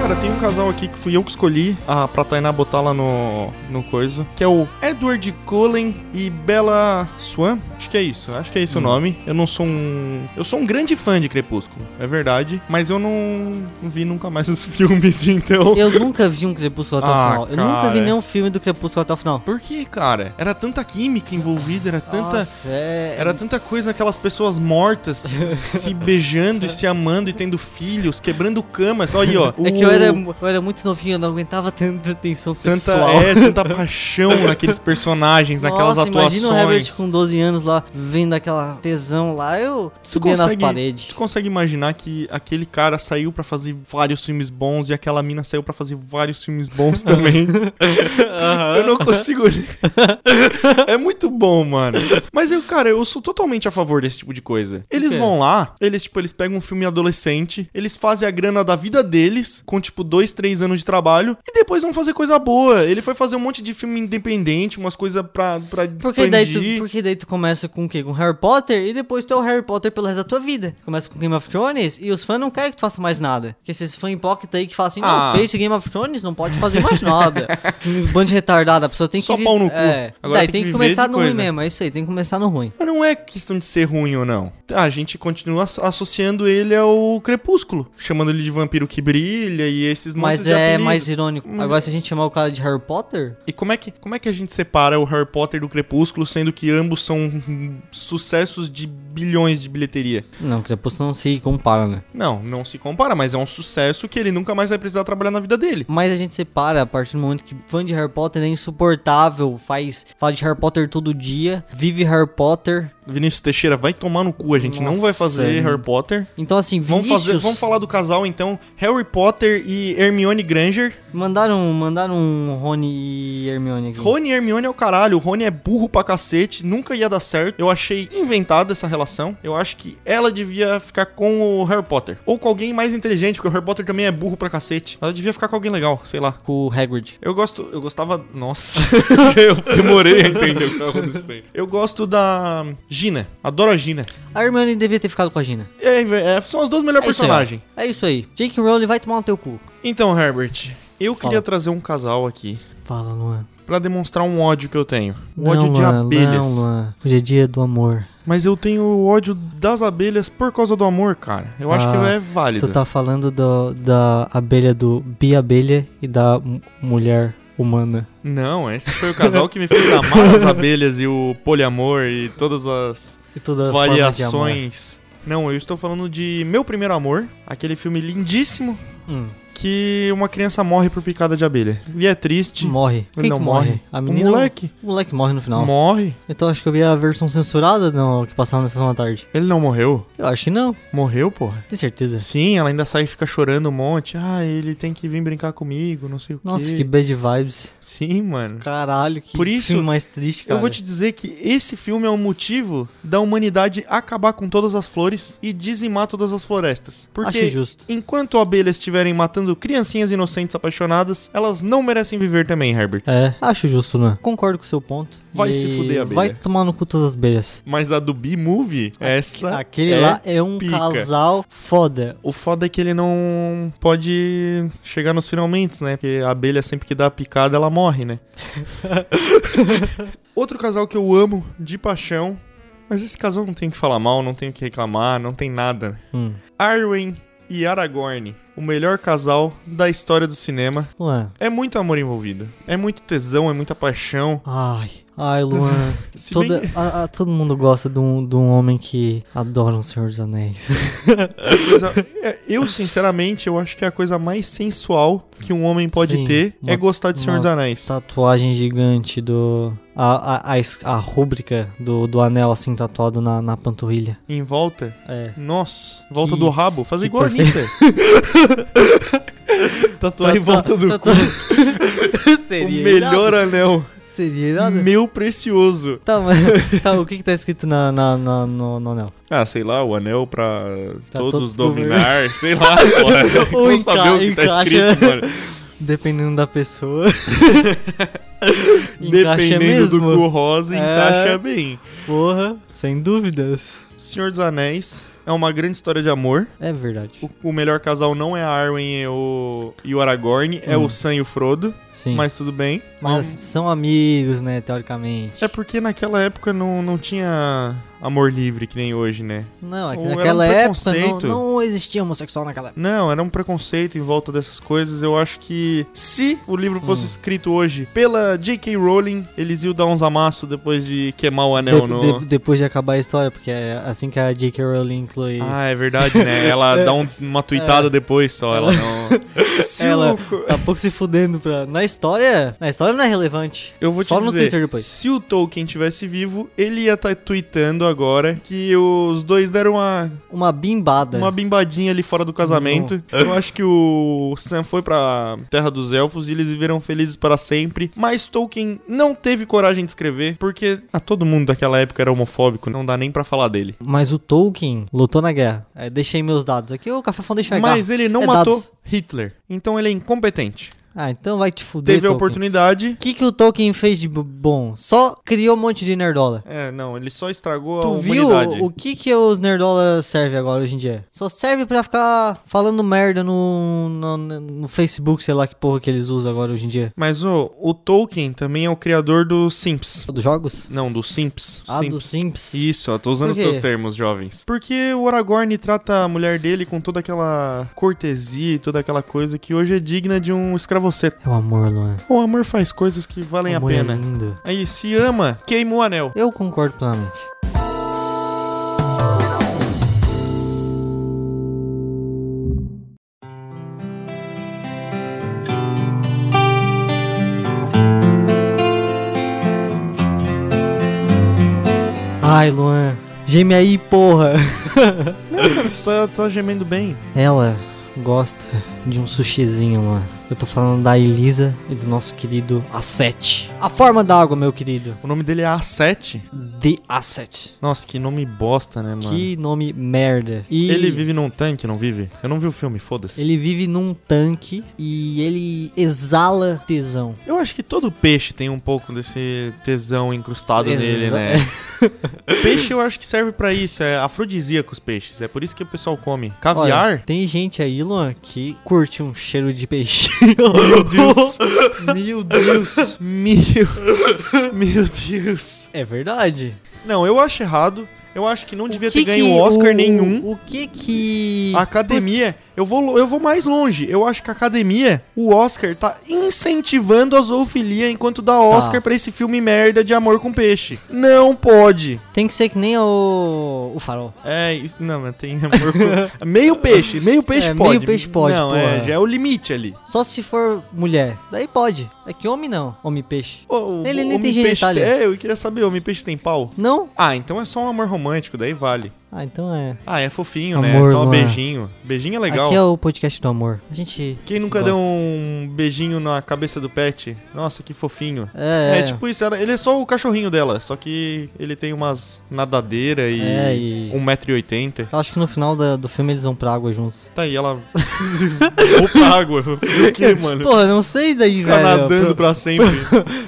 Speaker 3: Cara, tem um casal aqui que fui eu que escolhi ah, pra Tainá botar lá no, no coiso, que é o Edward Cullen e Bella Swan. Acho que é isso, acho que é esse o nome. Eu não sou um... Eu sou um grande fã de Crepúsculo, é verdade, mas eu não vi nunca mais os filmes, então...
Speaker 1: Eu nunca vi um Crepúsculo até
Speaker 3: Ah,
Speaker 1: o final. Eu nunca vi
Speaker 3: cara.
Speaker 1: nenhum filme do Crepúsculo até o final.
Speaker 3: Por que, cara? Era tanta química envolvida, era tanta...
Speaker 1: Nossa, é...
Speaker 3: Era tanta coisa, aquelas pessoas mortas se- se beijando e se amando e tendo filhos, quebrando camas. Olha aí, ó.
Speaker 1: É que eu
Speaker 3: o-
Speaker 1: era, mu- eu era muito novinho, eu não aguentava tanta tensão
Speaker 3: tanta,
Speaker 1: sexual.
Speaker 3: é, tanta paixão naqueles personagens, naquelas
Speaker 1: Nossa,
Speaker 3: atuações.
Speaker 1: imagina o Herbert com 12 anos lá, vendo aquela tesão lá, eu subia nas paredes.
Speaker 3: tu consegue imaginar que aquele cara saiu pra fazer vários filmes bons e aquela mina saiu pra fazer vários filmes bons também? Eu não consigo. é muito bom, mano. Mas eu, cara, eu sou totalmente a favor desse tipo de coisa. Eles
Speaker 1: quê?
Speaker 3: vão lá, eles tipo, eles pegam um filme adolescente, eles fazem a grana da vida deles com tipo dois, três anos de trabalho e depois vão fazer coisa boa. Ele foi fazer um monte de filme independente, umas coisas pra para
Speaker 1: Porque daí, tu, porque daí tu começa com o quê? Com Harry Potter e depois tu é o Harry Potter pelo resto da tua vida. Começa com Game of Thrones e os fãs não querem que tu faça mais nada. Porque esses fãs hipócritas aí que falam assim,
Speaker 3: Ah.
Speaker 1: não, fez Game of Thrones, não pode fazer mais nada. um bando de retardado, a pessoa tem
Speaker 3: Só
Speaker 1: que... vi-
Speaker 3: pau no cu.
Speaker 1: É.
Speaker 3: Agora
Speaker 1: daí
Speaker 3: tem
Speaker 1: tem
Speaker 3: que
Speaker 1: que
Speaker 3: viver
Speaker 1: começar
Speaker 3: de
Speaker 1: no ruim
Speaker 3: coisa.
Speaker 1: mesmo, é isso aí, tem que começar no ruim.
Speaker 3: Mas não é questão de ser ruim ou não. Ah, A gente continua asso- associando ele ao Crepúsculo, chamando ele de vampiro que brilha e esses montes
Speaker 1: Mas
Speaker 3: de
Speaker 1: é
Speaker 3: apelidos.
Speaker 1: mais irônico.
Speaker 3: Hum.
Speaker 1: Agora, se a gente chamar o cara de Harry Potter,
Speaker 3: E como é, que, como é que a gente separa o Harry Potter do Crepúsculo, sendo que ambos são hum, sucessos de bilhões de bilheteria?
Speaker 1: não, Crepúsculo não se compara, né?
Speaker 3: Não, não se compara, mas é um sucesso que ele nunca mais vai precisar trabalhar na vida dele.
Speaker 1: Mas a gente separa a partir do momento que fã de Harry Potter é insuportável, faz fala de Harry Potter todo dia, vive Harry Potter.
Speaker 3: Vinícius Teixeira vai tomar no cu, a gente não
Speaker 1: Nossa,
Speaker 3: vai fazer
Speaker 1: hein.
Speaker 3: Harry Potter.
Speaker 1: Então assim,
Speaker 3: Vamos,
Speaker 1: Vinícius,
Speaker 3: fazer, vamos falar do casal então, Harry Potter e Hermione Granger.
Speaker 1: mandaram, mandaram um Rony e Hermione aqui.
Speaker 3: Rony e Hermione é o caralho. O Rony é burro pra cacete, nunca ia dar certo. Eu achei inventada essa relação. Eu acho que ela devia ficar com o Harry Potter. Ou com alguém mais inteligente, porque o Harry Potter também é burro pra cacete. Ela devia ficar com alguém legal, sei lá.
Speaker 1: com o Hagrid.
Speaker 3: Eu gosto. Eu gostava. Nossa. eu demorei a entender o que tava acontecendo. Eu gosto da Gina. Adoro a Gina.
Speaker 1: A Hermione devia ter ficado com a Gina.
Speaker 3: É, é, são as duas melhores
Speaker 1: isso aí, ó.
Speaker 3: personagens.
Speaker 1: É isso aí. Jake Rowling vai tomar no teu cu.
Speaker 3: Então, Herbert, eu
Speaker 1: Fala.
Speaker 3: queria trazer um casal aqui
Speaker 1: Fala, Luan.
Speaker 3: pra demonstrar um ódio que eu tenho. O Um ódio
Speaker 1: Não,
Speaker 3: de
Speaker 1: Luan,
Speaker 3: abelhas.
Speaker 1: Não, Luan. Hoje é dia do amor.
Speaker 3: Mas eu tenho ódio das abelhas por causa do amor, cara. Eu acho
Speaker 1: Ah,
Speaker 3: que é válido.
Speaker 1: Tu tá falando do- da abelha do bi-abelha e da mu- mulher humana.
Speaker 3: Não, esse foi o casal que me fez amar as abelhas e o poliamor e todas as
Speaker 1: E toda forma de amor.
Speaker 3: variações. Não, eu estou falando de Meu Primeiro Amor, aquele filme lindíssimo
Speaker 1: Hum.
Speaker 3: que uma criança morre por picada de abelha. E é triste.
Speaker 1: Morre.
Speaker 3: Ele
Speaker 1: Quem que
Speaker 3: não
Speaker 1: morre?
Speaker 3: morre.
Speaker 1: A
Speaker 3: O
Speaker 1: menina.
Speaker 3: moleque.
Speaker 1: O moleque morre no final.
Speaker 3: Morre.
Speaker 1: então acho que eu vi a versão censurada não, que passava na sessão da tarde.
Speaker 3: Ele não morreu?
Speaker 1: Eu acho que não.
Speaker 3: Morreu, porra.
Speaker 1: Tem certeza.
Speaker 3: Sim, ela ainda sai e fica chorando um monte. Ah, ele tem que vir brincar comigo, não sei o
Speaker 1: Nossa,
Speaker 3: quê.
Speaker 1: que bad vibes.
Speaker 3: Sim, mano.
Speaker 1: Caralho, que
Speaker 3: Por isso,
Speaker 1: filme mais triste, cara.
Speaker 3: Eu vou te dizer que esse filme é o motivo da humanidade acabar com todas as flores e dizimar todas as florestas. Porque
Speaker 1: Acho justo.
Speaker 3: enquanto abelhas estiverem matando criancinhas inocentes apaixonadas, elas não merecem viver também, Herbert.
Speaker 1: É, acho justo, né? Concordo com o seu ponto.
Speaker 3: Vai
Speaker 1: E
Speaker 3: se fuder, abelha.
Speaker 1: Vai tomar no cu todas as abelhas.
Speaker 3: Mas a do B-Movie, essa.
Speaker 1: Aquele
Speaker 3: é
Speaker 1: lá é um
Speaker 3: pica.
Speaker 1: casal foda.
Speaker 3: O foda é que ele não pode chegar nos finalmente, né? Porque a abelha sempre que dá a picada, ela morre, né? Outro casal que eu amo de paixão, mas esse casal não tem o que falar mal, não tem o que reclamar, não tem nada.
Speaker 1: Hum.
Speaker 3: Arwen e Aragorn, o melhor casal da história do cinema.
Speaker 1: Ué.
Speaker 3: É muito amor envolvido, é muito tesão, é muita paixão.
Speaker 1: Ai, ai, Luan.
Speaker 3: Se
Speaker 1: Toda,
Speaker 3: bem-
Speaker 1: a- a- todo mundo gosta de um, de um homem que adora o Senhor dos Anéis.
Speaker 3: Coisa- é, eu, sinceramente, eu acho que é a coisa mais sensual que um homem pode
Speaker 1: Sim,
Speaker 3: ter é
Speaker 1: uma-
Speaker 3: gostar de Senhor
Speaker 1: uma
Speaker 3: dos Anéis.
Speaker 1: Tatuagem gigante do. A, a, a, es- a rúbrica do, do anel assim tatuado na, na panturrilha.
Speaker 3: Em volta,
Speaker 1: É.
Speaker 3: Nossa, volta
Speaker 1: Que-
Speaker 3: do rabo, fazer
Speaker 1: que
Speaker 3: igual a
Speaker 1: perfeito.
Speaker 3: Anitta. Tatuar em volta do cu, o
Speaker 1: seria
Speaker 3: melhor anel,
Speaker 1: Seria irado.
Speaker 3: meu precioso.
Speaker 1: Tá, mas tá, o que que tá escrito na, na, na- no, no anel?
Speaker 3: Ah, sei lá, o anel pra
Speaker 1: Pra
Speaker 3: todos,
Speaker 1: todos
Speaker 3: dominar, sei lá, porra.
Speaker 1: Ou
Speaker 3: Vou saber o que tá
Speaker 1: enca-
Speaker 3: escrito,
Speaker 1: encaixa.
Speaker 3: mano.
Speaker 1: Dependendo da pessoa. Encaixa
Speaker 3: Dependendo do
Speaker 1: mesmo?
Speaker 3: cu rosa,
Speaker 1: É.
Speaker 3: encaixa bem.
Speaker 1: Porra, sem dúvidas.
Speaker 3: Senhor dos Anéis é uma grande história de amor.
Speaker 1: É verdade.
Speaker 3: O, o melhor casal não é a Arwen e o, e o Aragorn, é o Sam e o Frodo,
Speaker 1: Sim. Mas,
Speaker 3: mas tudo bem.
Speaker 1: são amigos, né, teoricamente.
Speaker 3: É porque naquela época não, não tinha amor livre que nem hoje, né?
Speaker 1: Não, é que
Speaker 3: Ou era um
Speaker 1: naquela época não,
Speaker 3: preconceito.
Speaker 1: não existia homossexual naquela época.
Speaker 3: Não, era um preconceito em volta dessas coisas. Eu acho que se o livro fosse
Speaker 1: Hum.
Speaker 3: escrito hoje pela J.K. Rowling, eles iam dar uns amassos depois de queimar o anel
Speaker 1: De-
Speaker 3: no.
Speaker 1: de- depois de acabar a história, porque é assim que a J.K. Rowling inclui.
Speaker 3: Ah, é verdade, né? Ela dá um- uma
Speaker 1: É.
Speaker 3: tuitada depois só, ela não. Se
Speaker 1: ela
Speaker 3: o co-
Speaker 1: tá pouco se fudendo pra. Na história. Na história não é relevante.
Speaker 3: Eu vou te
Speaker 1: Só no
Speaker 3: dizer,
Speaker 1: Twitter depois.
Speaker 3: se o Tolkien tivesse vivo, ele ia estar tá tweetando agora que os dois deram uma
Speaker 1: Uma bimbada.
Speaker 3: Uma bimbadinha ali fora do casamento. Eu acho que o Sam foi pra Terra dos Elfos e eles viveram felizes para sempre. Mas Tolkien não teve coragem de escrever, porque ah, todo mundo daquela época era homofóbico, não dá nem pra falar dele.
Speaker 1: Mas o Tolkien lutou na guerra. É, deixei meus dados aqui. Ô, Café Fão, deixa
Speaker 3: Mas
Speaker 1: cá.
Speaker 3: ele não
Speaker 1: É
Speaker 3: matou
Speaker 1: dados.
Speaker 3: Hitler. Então ele é incompetente.
Speaker 1: Ah, então vai te fuder.
Speaker 3: Teve a
Speaker 1: Tolkien.
Speaker 3: oportunidade.
Speaker 1: O que, que o Tolkien fez de b- bom? Só criou um monte de nerdola.
Speaker 3: É, não, ele só estragou a
Speaker 1: Tu viu
Speaker 3: humanidade.
Speaker 1: o que que os nerdola servem agora hoje em dia? Só serve pra ficar falando merda no, no, no Facebook, sei lá que porra que eles usam agora hoje em dia.
Speaker 3: Mas ô, o Tolkien também é o criador do Simps.
Speaker 1: Dos jogos?
Speaker 3: Não, do Simps.
Speaker 1: Ah, dos Simps.
Speaker 3: Isso, eu tô usando
Speaker 1: Por
Speaker 3: os
Speaker 1: quê?
Speaker 3: teus termos, jovens. Porque o Aragorn trata a mulher dele com toda aquela cortesia e toda aquela coisa que hoje é digna de um escravoceta.
Speaker 1: É o amor, Luan.
Speaker 3: O amor faz coisas que valem
Speaker 1: o
Speaker 3: a
Speaker 1: amor é
Speaker 3: pena.
Speaker 1: lindo.
Speaker 3: Aí, se ama, queima o anel.
Speaker 1: Eu concordo plenamente. Ai, Luan. Geme aí, porra.
Speaker 3: Tá, tá gemendo bem.
Speaker 1: Ela gosta de um sushizinho, Luan. Eu tô falando da Elisa e do nosso querido Asset. A forma da água, meu querido.
Speaker 3: O nome dele é A7.
Speaker 1: The Asset.
Speaker 3: Nossa, que nome bosta, né, mano?
Speaker 1: Que nome merda. E
Speaker 3: Ele vive num tanque, não vive? Eu não vi o filme, foda-se.
Speaker 1: ele vive num tanque e ele exala tesão.
Speaker 3: Eu acho que todo peixe tem um pouco desse tesão incrustado
Speaker 1: Exa-
Speaker 3: nele, né? Peixe eu acho que serve pra isso, é afrodisíaco os peixes, é por isso que o pessoal come. Caviar?
Speaker 1: Olha, tem gente aí, Luan, que curte um cheiro de peixe.
Speaker 3: Meu Deus! Meu Deus! Meu, meu Deus!
Speaker 1: É verdade.
Speaker 3: Não, eu acho errado. Eu acho que não devia
Speaker 1: O que
Speaker 3: ter ganho
Speaker 1: que
Speaker 3: Oscar
Speaker 1: o-
Speaker 3: nenhum.
Speaker 1: O que que...
Speaker 3: A academia Eu vou, eu vou mais longe. Eu acho que a academia, o Oscar, tá incentivando a zoofilia enquanto
Speaker 1: Tá.
Speaker 3: dá Oscar pra esse filme merda de amor com peixe. Não pode.
Speaker 1: Tem que ser que nem o, o farol.
Speaker 3: É, isso, não, mas tem amor com... Meio peixe, meio peixe
Speaker 1: É, meio
Speaker 3: pode.
Speaker 1: peixe pode,
Speaker 3: Não, é,
Speaker 1: porra.
Speaker 3: já é o limite ali.
Speaker 1: Só se for mulher. Daí pode. É que homem não. Homem peixe.
Speaker 3: O- o-
Speaker 1: Ele nem
Speaker 3: homem
Speaker 1: tem
Speaker 3: peixe
Speaker 1: genitália.
Speaker 3: É, eu queria saber, homem peixe tem pau?
Speaker 1: Não?
Speaker 3: Ah, então é só um amor romântico, daí vale.
Speaker 1: Ah, então é.
Speaker 3: Ah, é fofinho, né?
Speaker 1: Amor,
Speaker 3: É só um
Speaker 1: mano.
Speaker 3: beijinho. Beijinho é legal.
Speaker 1: Aqui é o podcast do amor. A gente.
Speaker 3: Quem nunca
Speaker 1: gosta.
Speaker 3: deu um beijinho na cabeça do pet? Nossa, que fofinho.
Speaker 1: É,
Speaker 3: É, tipo isso, ela- ele é só o cachorrinho dela, só que ele tem umas nadadeiras e,
Speaker 1: É, e-
Speaker 3: 1,80m.
Speaker 1: Eu acho que no final da- do filme eles vão pra água juntos.
Speaker 3: Tá aí, ela. Vou pra água, vou fazer o quê, mano?
Speaker 1: Porra, não sei daí,
Speaker 3: Ficar
Speaker 1: velho.
Speaker 3: nadando
Speaker 1: O pro-
Speaker 3: pra sempre.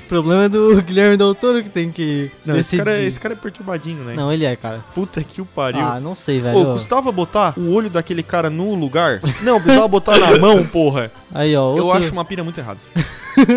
Speaker 1: problema é do Guilherme Del Toro que tem que
Speaker 3: Não, esse
Speaker 1: decidir.
Speaker 3: cara, é- esse cara é perturbadinho, né?
Speaker 1: Não, ele é, cara.
Speaker 3: Puta que o pariu.
Speaker 1: Ah, não sei, velho.
Speaker 3: Pô, custava botar o olho daquele cara no lugar? Não, precisava botar na mão, porra.
Speaker 1: Aí, ó.
Speaker 3: Eu
Speaker 1: outro-
Speaker 3: acho uma pira muito errada.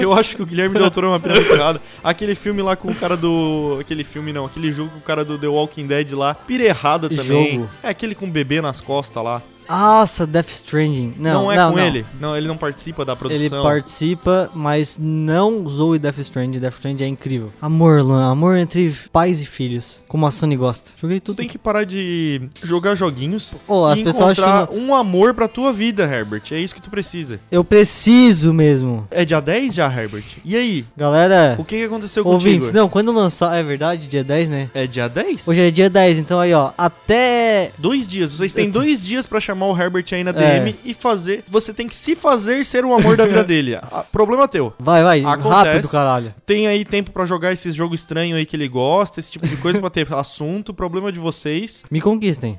Speaker 3: Eu acho que o Guilherme Del Toro é uma pira muito errada. Aquele filme lá com o cara do. Aquele filme não, aquele jogo com o cara do The Walking Dead lá. Pira errada também.
Speaker 1: Jogo.
Speaker 3: É aquele com o bebê nas costas lá.
Speaker 1: Nossa, Death Stranding. Não,
Speaker 3: Não, é
Speaker 1: não,
Speaker 3: com
Speaker 1: não.
Speaker 3: ele. Não, ele não participa da produção.
Speaker 1: Ele participa, mas não zoe Death Stranding. Death Stranding é incrível. Amor, Luan. Amor entre pais e filhos. Como a Sony gosta. Joguei
Speaker 3: Tu
Speaker 1: tudo.
Speaker 3: tem que parar de jogar joguinhos
Speaker 1: Ô, as
Speaker 3: e
Speaker 1: pessoas
Speaker 3: encontrar
Speaker 1: acham que
Speaker 3: um amor pra tua vida, Herbert. É isso que tu precisa.
Speaker 1: Eu preciso mesmo.
Speaker 3: É dia 10 já, Herbert. E aí?
Speaker 1: Galera,
Speaker 3: O que que aconteceu
Speaker 1: ouvintes.
Speaker 3: contigo?
Speaker 1: Não, quando lançar... É verdade, dia 10, né?
Speaker 3: É dia 10?
Speaker 1: Hoje é dia 10, então aí, ó. Até...
Speaker 3: Dois dias. Vocês têm dois dias pra chamar o Herbert aí na
Speaker 1: É.
Speaker 3: DM e fazer. Você tem que se fazer ser o amor da vida dele. Ah, Problema teu.
Speaker 1: Vai, vai.
Speaker 3: Acontece.
Speaker 1: Rápido, caralho.
Speaker 3: Tem aí tempo pra jogar esses jogo estranho aí que ele gosta, esse tipo de coisa pra ter assunto. Problema de vocês.
Speaker 1: Me conquistem.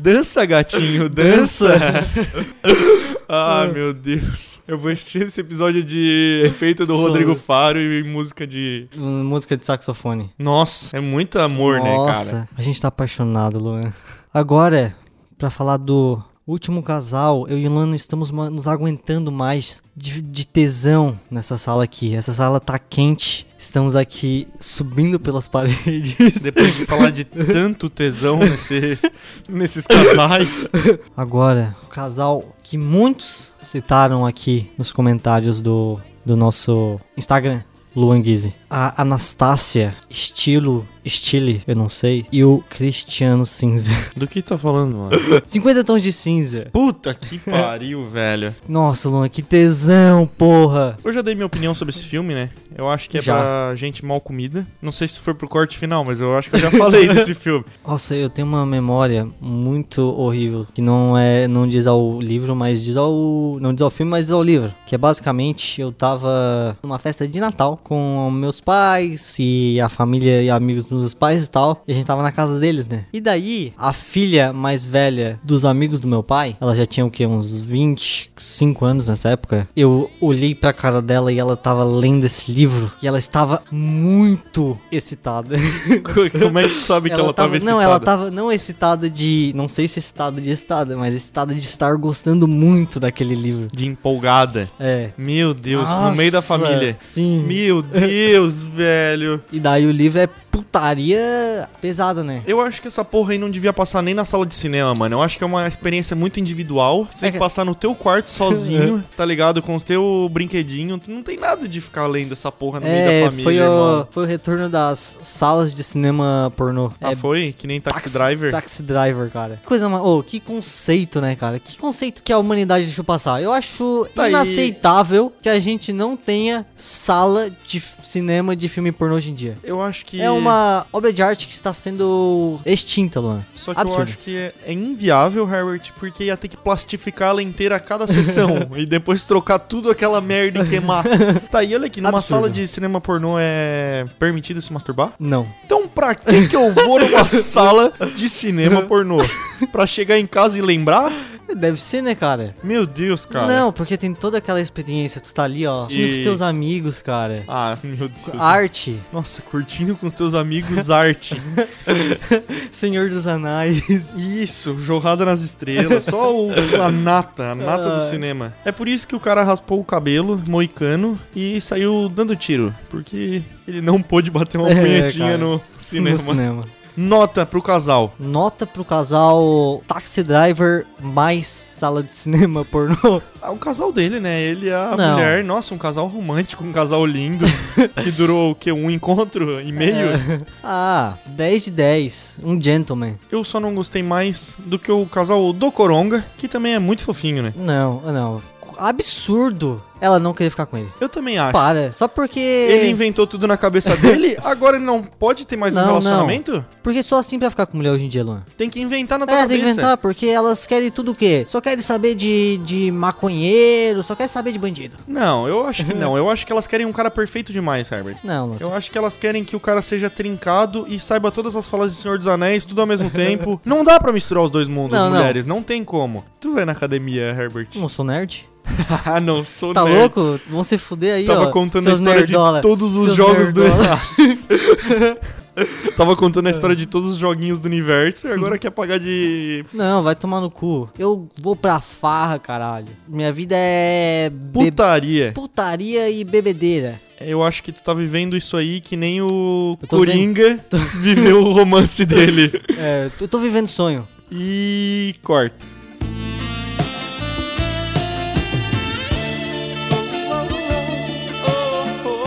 Speaker 3: Dança, gatinho, dança. ah, meu Deus. Eu vou assistir esse episódio de efeito do
Speaker 1: Sou-
Speaker 3: Rodrigo Faro e música de.
Speaker 1: Música de saxofone.
Speaker 3: Nossa, é muito amor, né, cara?
Speaker 1: Nossa, a gente tá apaixonado, Luan. Agora, pra falar do último casal, eu e o Luan não estamos ma- nos aguentando mais de, de tesão nessa sala aqui. Essa sala tá quente. Estamos aqui subindo pelas paredes.
Speaker 3: Depois de falar de tanto tesão nesses, nesses casais.
Speaker 1: Agora, o casal que muitos citaram aqui nos comentários do, do nosso Instagram. Luan Guizzi. A Anastácia, estilo, estile, eu não sei, e o Cristiano Cinza.
Speaker 3: Do que tá falando, mano?
Speaker 1: 50 tons de cinza.
Speaker 3: Puta que pariu, velho.
Speaker 1: Nossa, Luan, que tesão, porra.
Speaker 3: Eu já dei minha opinião sobre esse filme, né? Eu acho que é
Speaker 1: Já.
Speaker 3: pra gente mal comida. Não sei se foi pro corte final, mas eu acho que eu já falei desse filme.
Speaker 1: Nossa, eu tenho uma memória muito horrível, que não é, não diz ao livro, mas diz ao, não diz ao filme, mas diz ao livro, que é basicamente eu tava numa festa de Natal com meus pais e a família e amigos dos meus pais e tal, e a gente tava na casa deles, né? E daí, a filha mais velha dos amigos do meu pai, ela já tinha o quê? Uns 25 anos nessa época. Eu olhei pra cara dela e ela tava lendo esse livro e ela estava muito excitada.
Speaker 3: Como é que tu sabe que ela, tava, excitada?
Speaker 1: Não, ela tá- tava não excitada de. Não sei se excitada de excitada, mas excitada de estar gostando muito daquele livro.
Speaker 3: De empolgada.
Speaker 1: É.
Speaker 3: Meu Deus, no meio da
Speaker 1: Nossa,
Speaker 3: família.
Speaker 1: Sim.
Speaker 3: Meu Deus, velho.
Speaker 1: E daí o livro é putaria pesada, né?
Speaker 3: Eu acho que essa porra aí não devia passar nem na sala de cinema, mano. Eu acho que é uma experiência muito individual.
Speaker 1: É
Speaker 3: Você tem que passar no teu quarto sozinho, tá ligado? Com o teu brinquedinho. Não tem nada de ficar lendo essa porra no meio da
Speaker 1: É,
Speaker 3: família,
Speaker 1: foi o,
Speaker 3: irmão.
Speaker 1: foi o retorno das salas de cinema pornô.
Speaker 3: Ah,
Speaker 1: é,
Speaker 3: foi? Que nem Taxi Driver.
Speaker 1: Taxi Driver, cara. Que coisa mais. Ô, que conceito, né, cara? Que conceito que a humanidade deixou passar. Eu acho
Speaker 3: Tá aí.
Speaker 1: inaceitável que a gente não tenha sala de f- cinema de filme pornô hoje em dia.
Speaker 3: Eu acho que.
Speaker 1: É uma obra de arte que está sendo extinta, Luan.
Speaker 3: Só que eu
Speaker 1: Absurdo.
Speaker 3: acho que é, é inviável, Herbert, porque ia ter que plastificar ela inteira a cada sessão e depois trocar tudo aquela merda e queimar. tá, e olha aqui, numa
Speaker 1: Absurdo.
Speaker 3: sala de cinema pornô é permitido se masturbar?
Speaker 1: Não.
Speaker 3: Então pra que que eu vou numa sala de cinema pornô? Pra chegar em casa e lembrar?
Speaker 1: Deve ser, né, cara?
Speaker 3: Meu Deus, cara.
Speaker 1: Não, porque tem toda aquela experiência. Tu tá ali, ó. Curtindo com
Speaker 3: E-
Speaker 1: os teus amigos, cara.
Speaker 3: Ah, meu Deus.
Speaker 1: Arte.
Speaker 3: Nossa, curtindo com os teus amigos arte.
Speaker 1: Senhor dos Anais.
Speaker 3: Isso, jorrada nas estrelas, só o- a nata, a nata do
Speaker 1: Ah.
Speaker 3: cinema. É por isso que o cara raspou o cabelo, moicano, e saiu dando tiro. Porque ele não pôde bater uma
Speaker 1: É,
Speaker 3: punhetinha
Speaker 1: cara.
Speaker 3: no cinema.
Speaker 1: No cinema.
Speaker 3: Nota pro casal.
Speaker 1: Nota pro casal Taxi Driver mais sala de cinema pornô.
Speaker 3: Ah, o casal dele, né? Ele e a
Speaker 1: Não.
Speaker 3: mulher. Nossa, um casal romântico, um casal lindo. que durou o quê? Um encontro e meio?
Speaker 1: É. Ah, 10 de 10. Um gentleman.
Speaker 3: Eu só não gostei mais do que o casal do Coronga, que também é muito fofinho, né?
Speaker 1: Não, não. Absurdo ela não querer ficar com ele.
Speaker 3: Eu também acho.
Speaker 1: Para, só porque.
Speaker 3: Ele inventou tudo na cabeça dele, agora ele não pode ter mais um
Speaker 1: Não, não.
Speaker 3: relacionamento?
Speaker 1: Porque só assim pra ficar com mulher hoje em dia, Luan.
Speaker 3: Tem que inventar na tua
Speaker 1: É,
Speaker 3: cabeça.
Speaker 1: tem que inventar, porque elas querem tudo o quê? Só querem saber de, de maconheiro, só querem saber de bandido.
Speaker 3: Não, eu acho que não. Eu acho que elas querem um cara perfeito demais, Herbert.
Speaker 1: Não, Luan.
Speaker 3: Eu acho que elas querem que o cara seja trincado e saiba todas as falas de Senhor dos Anéis, tudo ao mesmo tempo. Não dá pra misturar os dois mundos,
Speaker 1: Não, não.
Speaker 3: mulheres. Não. tem como. Tu vai na academia, Herbert.
Speaker 1: Não sou nerd.
Speaker 3: ah, não, sou
Speaker 1: Tá
Speaker 3: nerd.
Speaker 1: louco? Vão se fuder aí, ó.
Speaker 3: Tava contando a
Speaker 1: seus
Speaker 3: história
Speaker 1: nerdola.
Speaker 3: de todos os
Speaker 1: Seus
Speaker 3: jogos
Speaker 1: nerdola.
Speaker 3: do. Tava
Speaker 1: É.
Speaker 3: contando a história de todos os joguinhos do universo e agora quer pagar de.
Speaker 1: Não, vai tomar no cu. Eu vou pra farra, caralho. Minha vida é. be-
Speaker 3: Putaria.
Speaker 1: Putaria e bebedeira.
Speaker 3: Eu acho que tu tá vivendo isso aí que nem o
Speaker 1: Eu tô
Speaker 3: Coringa viveu o romance dele.
Speaker 1: É, eu tô vivendo sonho.
Speaker 3: E corta.
Speaker 4: Oh,